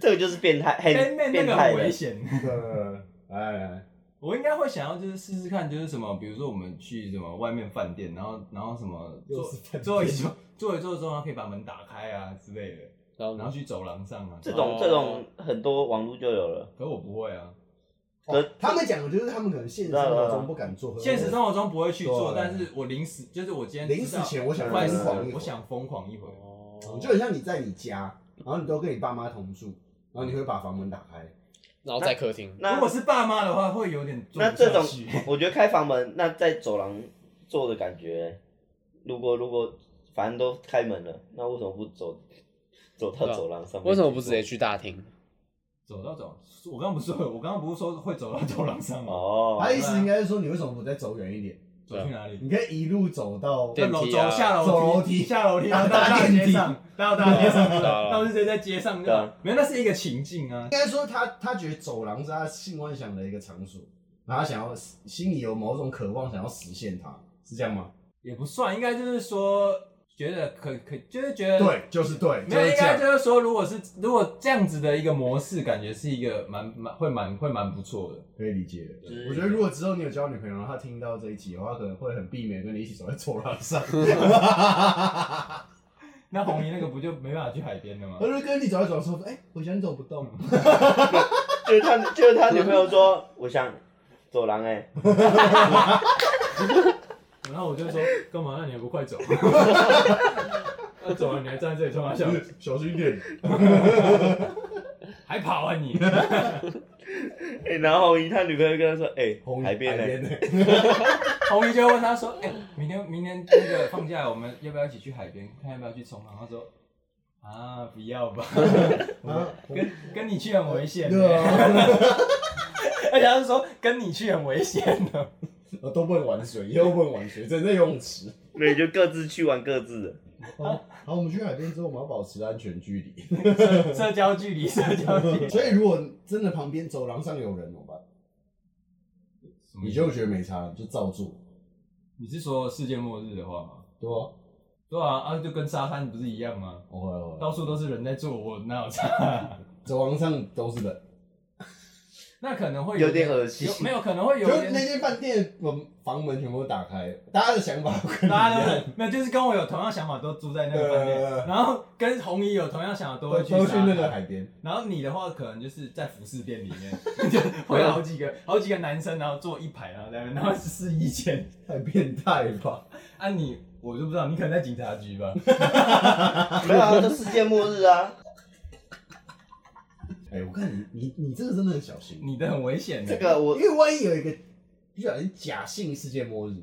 [SPEAKER 4] 这个就是变态，很
[SPEAKER 1] man 那
[SPEAKER 4] 变
[SPEAKER 1] 个
[SPEAKER 4] 态
[SPEAKER 1] 很
[SPEAKER 4] 的
[SPEAKER 1] 危。险。
[SPEAKER 3] 呃，来来来，
[SPEAKER 1] 我应该会想要就是试试看，就是什么，比如说我们去什么外面饭店，然后然后什么
[SPEAKER 3] 又
[SPEAKER 1] 坐
[SPEAKER 3] 是饭店
[SPEAKER 1] 坐一坐坐一坐之后，然后可以把门打开啊之类的，
[SPEAKER 3] 嗯
[SPEAKER 2] 然后
[SPEAKER 1] 然
[SPEAKER 2] 呢
[SPEAKER 1] 后去走廊上啊。
[SPEAKER 4] 这种
[SPEAKER 2] 哦
[SPEAKER 4] 这种很多网络就有了，
[SPEAKER 1] 可我不会啊，
[SPEAKER 4] 可
[SPEAKER 3] 哦他们讲的就是他们可能现实生活中不敢做，
[SPEAKER 1] 现实生活中不会去做，
[SPEAKER 3] 对啊
[SPEAKER 1] 但是我临时就是我今天
[SPEAKER 3] 临死前我想
[SPEAKER 1] 万
[SPEAKER 3] 疯狂一
[SPEAKER 1] 我
[SPEAKER 3] 回
[SPEAKER 1] 想疯狂一回。
[SPEAKER 2] 哦
[SPEAKER 3] 嗯就很像你在你家，然后你都跟你爸妈同住，然后你会把房门打开，
[SPEAKER 2] 然后在客厅，
[SPEAKER 1] 如
[SPEAKER 4] 那
[SPEAKER 1] 果是爸妈的话，会有点做
[SPEAKER 4] 那
[SPEAKER 1] 不下
[SPEAKER 4] 这种
[SPEAKER 1] 去
[SPEAKER 4] 我觉得开房门，那在走廊坐的感觉，如果如果反正都开门了，那为什么不走走到走廊上面？
[SPEAKER 2] 为什么不直接？去大厅？
[SPEAKER 1] 走到走，我刚刚不是说，我刚刚不是说会走到走廊上吗？
[SPEAKER 4] 哦，啊
[SPEAKER 3] 他意思应该是说你为什么不再走远一点？
[SPEAKER 1] 走去哪里？
[SPEAKER 3] 你可以一路走到
[SPEAKER 2] 对电
[SPEAKER 1] 楼
[SPEAKER 2] 梯
[SPEAKER 1] 走
[SPEAKER 2] 啊
[SPEAKER 1] 下楼
[SPEAKER 3] 走楼梯
[SPEAKER 1] 下楼梯，然后到
[SPEAKER 3] 搭
[SPEAKER 1] 大
[SPEAKER 3] 电
[SPEAKER 1] 街
[SPEAKER 3] 梯
[SPEAKER 1] 上，然后到大街 上，
[SPEAKER 2] 对啊
[SPEAKER 1] 那我就直接在街上就
[SPEAKER 4] 对
[SPEAKER 1] 好
[SPEAKER 4] 啊。
[SPEAKER 1] 没有，那是一个情境啊。
[SPEAKER 3] 应该说他他觉得走廊是他性幻想的一个场所，然后他想要心里有某种渴望想要实现它，是这样吗？
[SPEAKER 1] 也不算，应该就是说，觉得可可，就是觉得，
[SPEAKER 3] 对，就是对，
[SPEAKER 1] 没
[SPEAKER 3] 就
[SPEAKER 1] 有，
[SPEAKER 3] 是
[SPEAKER 1] 应
[SPEAKER 3] 这
[SPEAKER 1] 该
[SPEAKER 3] 样。
[SPEAKER 1] 就是说，如果是如果这样子的一个模式，感觉是一个蛮蛮会蛮会蛮不错的。
[SPEAKER 3] 可以理解的
[SPEAKER 4] 就是
[SPEAKER 3] 我觉得如果之后你有交女朋友，然后她听到这一集的话，可能会很避免跟你一起走在走廊上。
[SPEAKER 1] 那红姨那个不就没办法去海边了吗
[SPEAKER 3] 我？就跟你走在走廊上说，哎、我想你走不动。
[SPEAKER 4] 就是他就是他女朋友说，我想走廊哎、
[SPEAKER 1] 然后我就说，干嘛？那你还不快走？ 那走了你还站在这里冲他笑，
[SPEAKER 3] 小心一点。
[SPEAKER 1] 还跑啊你？
[SPEAKER 4] 哎、然后他女朋友跟他说，哎、
[SPEAKER 3] 红
[SPEAKER 4] 海边哎、
[SPEAKER 3] 呢？
[SPEAKER 1] 红姨就问他说，哎、明天明天那个放假，我们要不要一起去海边？看要不要去冲浪？他说。啊，不要吧，
[SPEAKER 3] 啊，
[SPEAKER 1] 跟跟你去很危险、
[SPEAKER 3] 对啊，
[SPEAKER 1] 而且他是说跟你去很危险的。
[SPEAKER 3] 我都不能玩水，以后不能玩水，只能在游泳池。
[SPEAKER 4] 对，就各自去玩各自的。
[SPEAKER 1] 哦
[SPEAKER 3] 好，我们去海边之后，我们要保持安全距离。
[SPEAKER 1] 社交距离，社交距 离。
[SPEAKER 3] 所以，如果真的旁边走廊上有人怎么办？
[SPEAKER 1] 嗯
[SPEAKER 3] 你就觉得没差，你就照做，
[SPEAKER 1] 你是说世界末日的话吗？
[SPEAKER 3] 对吧、啊？
[SPEAKER 1] 对啊，啊就跟沙滩不是一样吗？
[SPEAKER 3] 我会我
[SPEAKER 1] 到
[SPEAKER 3] 会，
[SPEAKER 1] 处都是人在做，我哪有差？
[SPEAKER 3] 走廊上都是人。
[SPEAKER 1] 那可能会
[SPEAKER 4] 有点恶心
[SPEAKER 1] 有没有可能会有
[SPEAKER 3] 就那
[SPEAKER 1] 点。
[SPEAKER 3] 间饭店门房门全部都打开，大家的想法跟
[SPEAKER 1] 大家
[SPEAKER 3] 你
[SPEAKER 1] 都
[SPEAKER 3] 一样
[SPEAKER 1] 很啊没有，就是跟我有同样想法，都住在那个饭店，
[SPEAKER 3] 对
[SPEAKER 1] 然后跟红姨有同样想法，都会去
[SPEAKER 3] 都
[SPEAKER 1] 沙
[SPEAKER 3] 去
[SPEAKER 1] 滩
[SPEAKER 3] 那个海边，
[SPEAKER 1] 然后你的话，可能就是在服饰店里 面，就会有好几个好几个男生，然后坐一排，然后在那边，然后试衣间。
[SPEAKER 3] 太变态了吧？
[SPEAKER 1] 啊你，我就不知道，你可能在警察局 吧？
[SPEAKER 4] 没有啊，这世界末日啊！
[SPEAKER 3] 哎、我看你你你这个真的很小心，
[SPEAKER 1] 你的很危险的
[SPEAKER 4] 这。个
[SPEAKER 3] 因
[SPEAKER 4] 我
[SPEAKER 3] 为万一有一个不小心假性世界末日，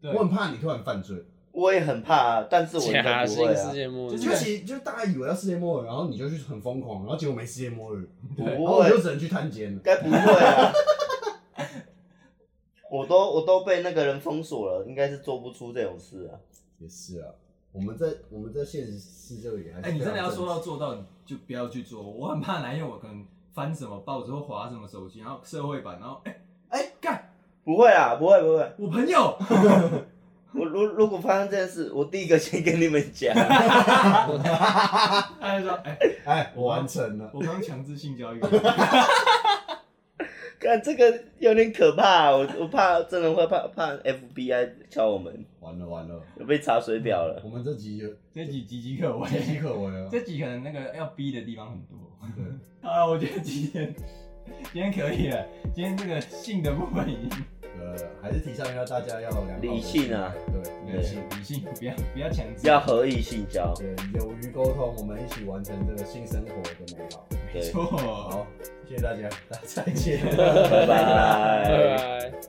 [SPEAKER 1] 对
[SPEAKER 3] 我很怕你突然犯罪，
[SPEAKER 4] 我也很怕、啊，但是我应
[SPEAKER 2] 假
[SPEAKER 4] 该不会
[SPEAKER 2] 性世
[SPEAKER 4] 啊，
[SPEAKER 2] 界末
[SPEAKER 1] 就
[SPEAKER 2] 日
[SPEAKER 1] 是
[SPEAKER 3] 就其实就大家以为要世界末日，然后你就去很疯狂，然后结果没世界末日，
[SPEAKER 4] 不
[SPEAKER 3] 然后我就
[SPEAKER 4] 会，
[SPEAKER 3] 只能去探监了
[SPEAKER 4] 应。该不会啊。 我都我都被那个人封锁了，应该是做不出这种事啊。
[SPEAKER 3] 也是啊，我们在我们在现实世界里还是
[SPEAKER 1] 哎、你真的要
[SPEAKER 3] 非常
[SPEAKER 1] 说
[SPEAKER 3] 正
[SPEAKER 1] 到做到，你就不要去做。我很怕男友，我可能翻什么报纸或划什么手机，然后社会版，然后哎哎干，
[SPEAKER 4] 不会啊，不会不会。
[SPEAKER 1] 我朋友，
[SPEAKER 4] 我如如果发生这件事，我第一个先跟你们讲。
[SPEAKER 1] 他就说哎、
[SPEAKER 3] 常哎，我完成了，
[SPEAKER 1] 我刚强制性交易，
[SPEAKER 4] 看这个有点可怕啊、我我怕真的会怕怕 FBI 敲我们，
[SPEAKER 3] 完了完了，
[SPEAKER 4] 被查水表了。
[SPEAKER 3] 我们这集 就
[SPEAKER 1] 这集岌岌可
[SPEAKER 3] 岌
[SPEAKER 1] 危，
[SPEAKER 3] 岌可哦危了。
[SPEAKER 1] 这集可能那个要逼的地方很多。
[SPEAKER 3] 对
[SPEAKER 1] 好了，我觉得今天今天可以了，今天这个性的部分已经
[SPEAKER 3] 呃，还是提倡一下大家要良好的
[SPEAKER 4] 理性啊，
[SPEAKER 3] 对，
[SPEAKER 1] 理
[SPEAKER 3] 理性
[SPEAKER 1] 性，理性，不要不要强制，
[SPEAKER 4] 要合意性交，
[SPEAKER 3] 对，勇于沟通，我们一起完成这个性生活的美好。
[SPEAKER 1] 没错。
[SPEAKER 3] 好，谢谢大家，大家再见。
[SPEAKER 4] 拜拜。
[SPEAKER 2] 拜拜。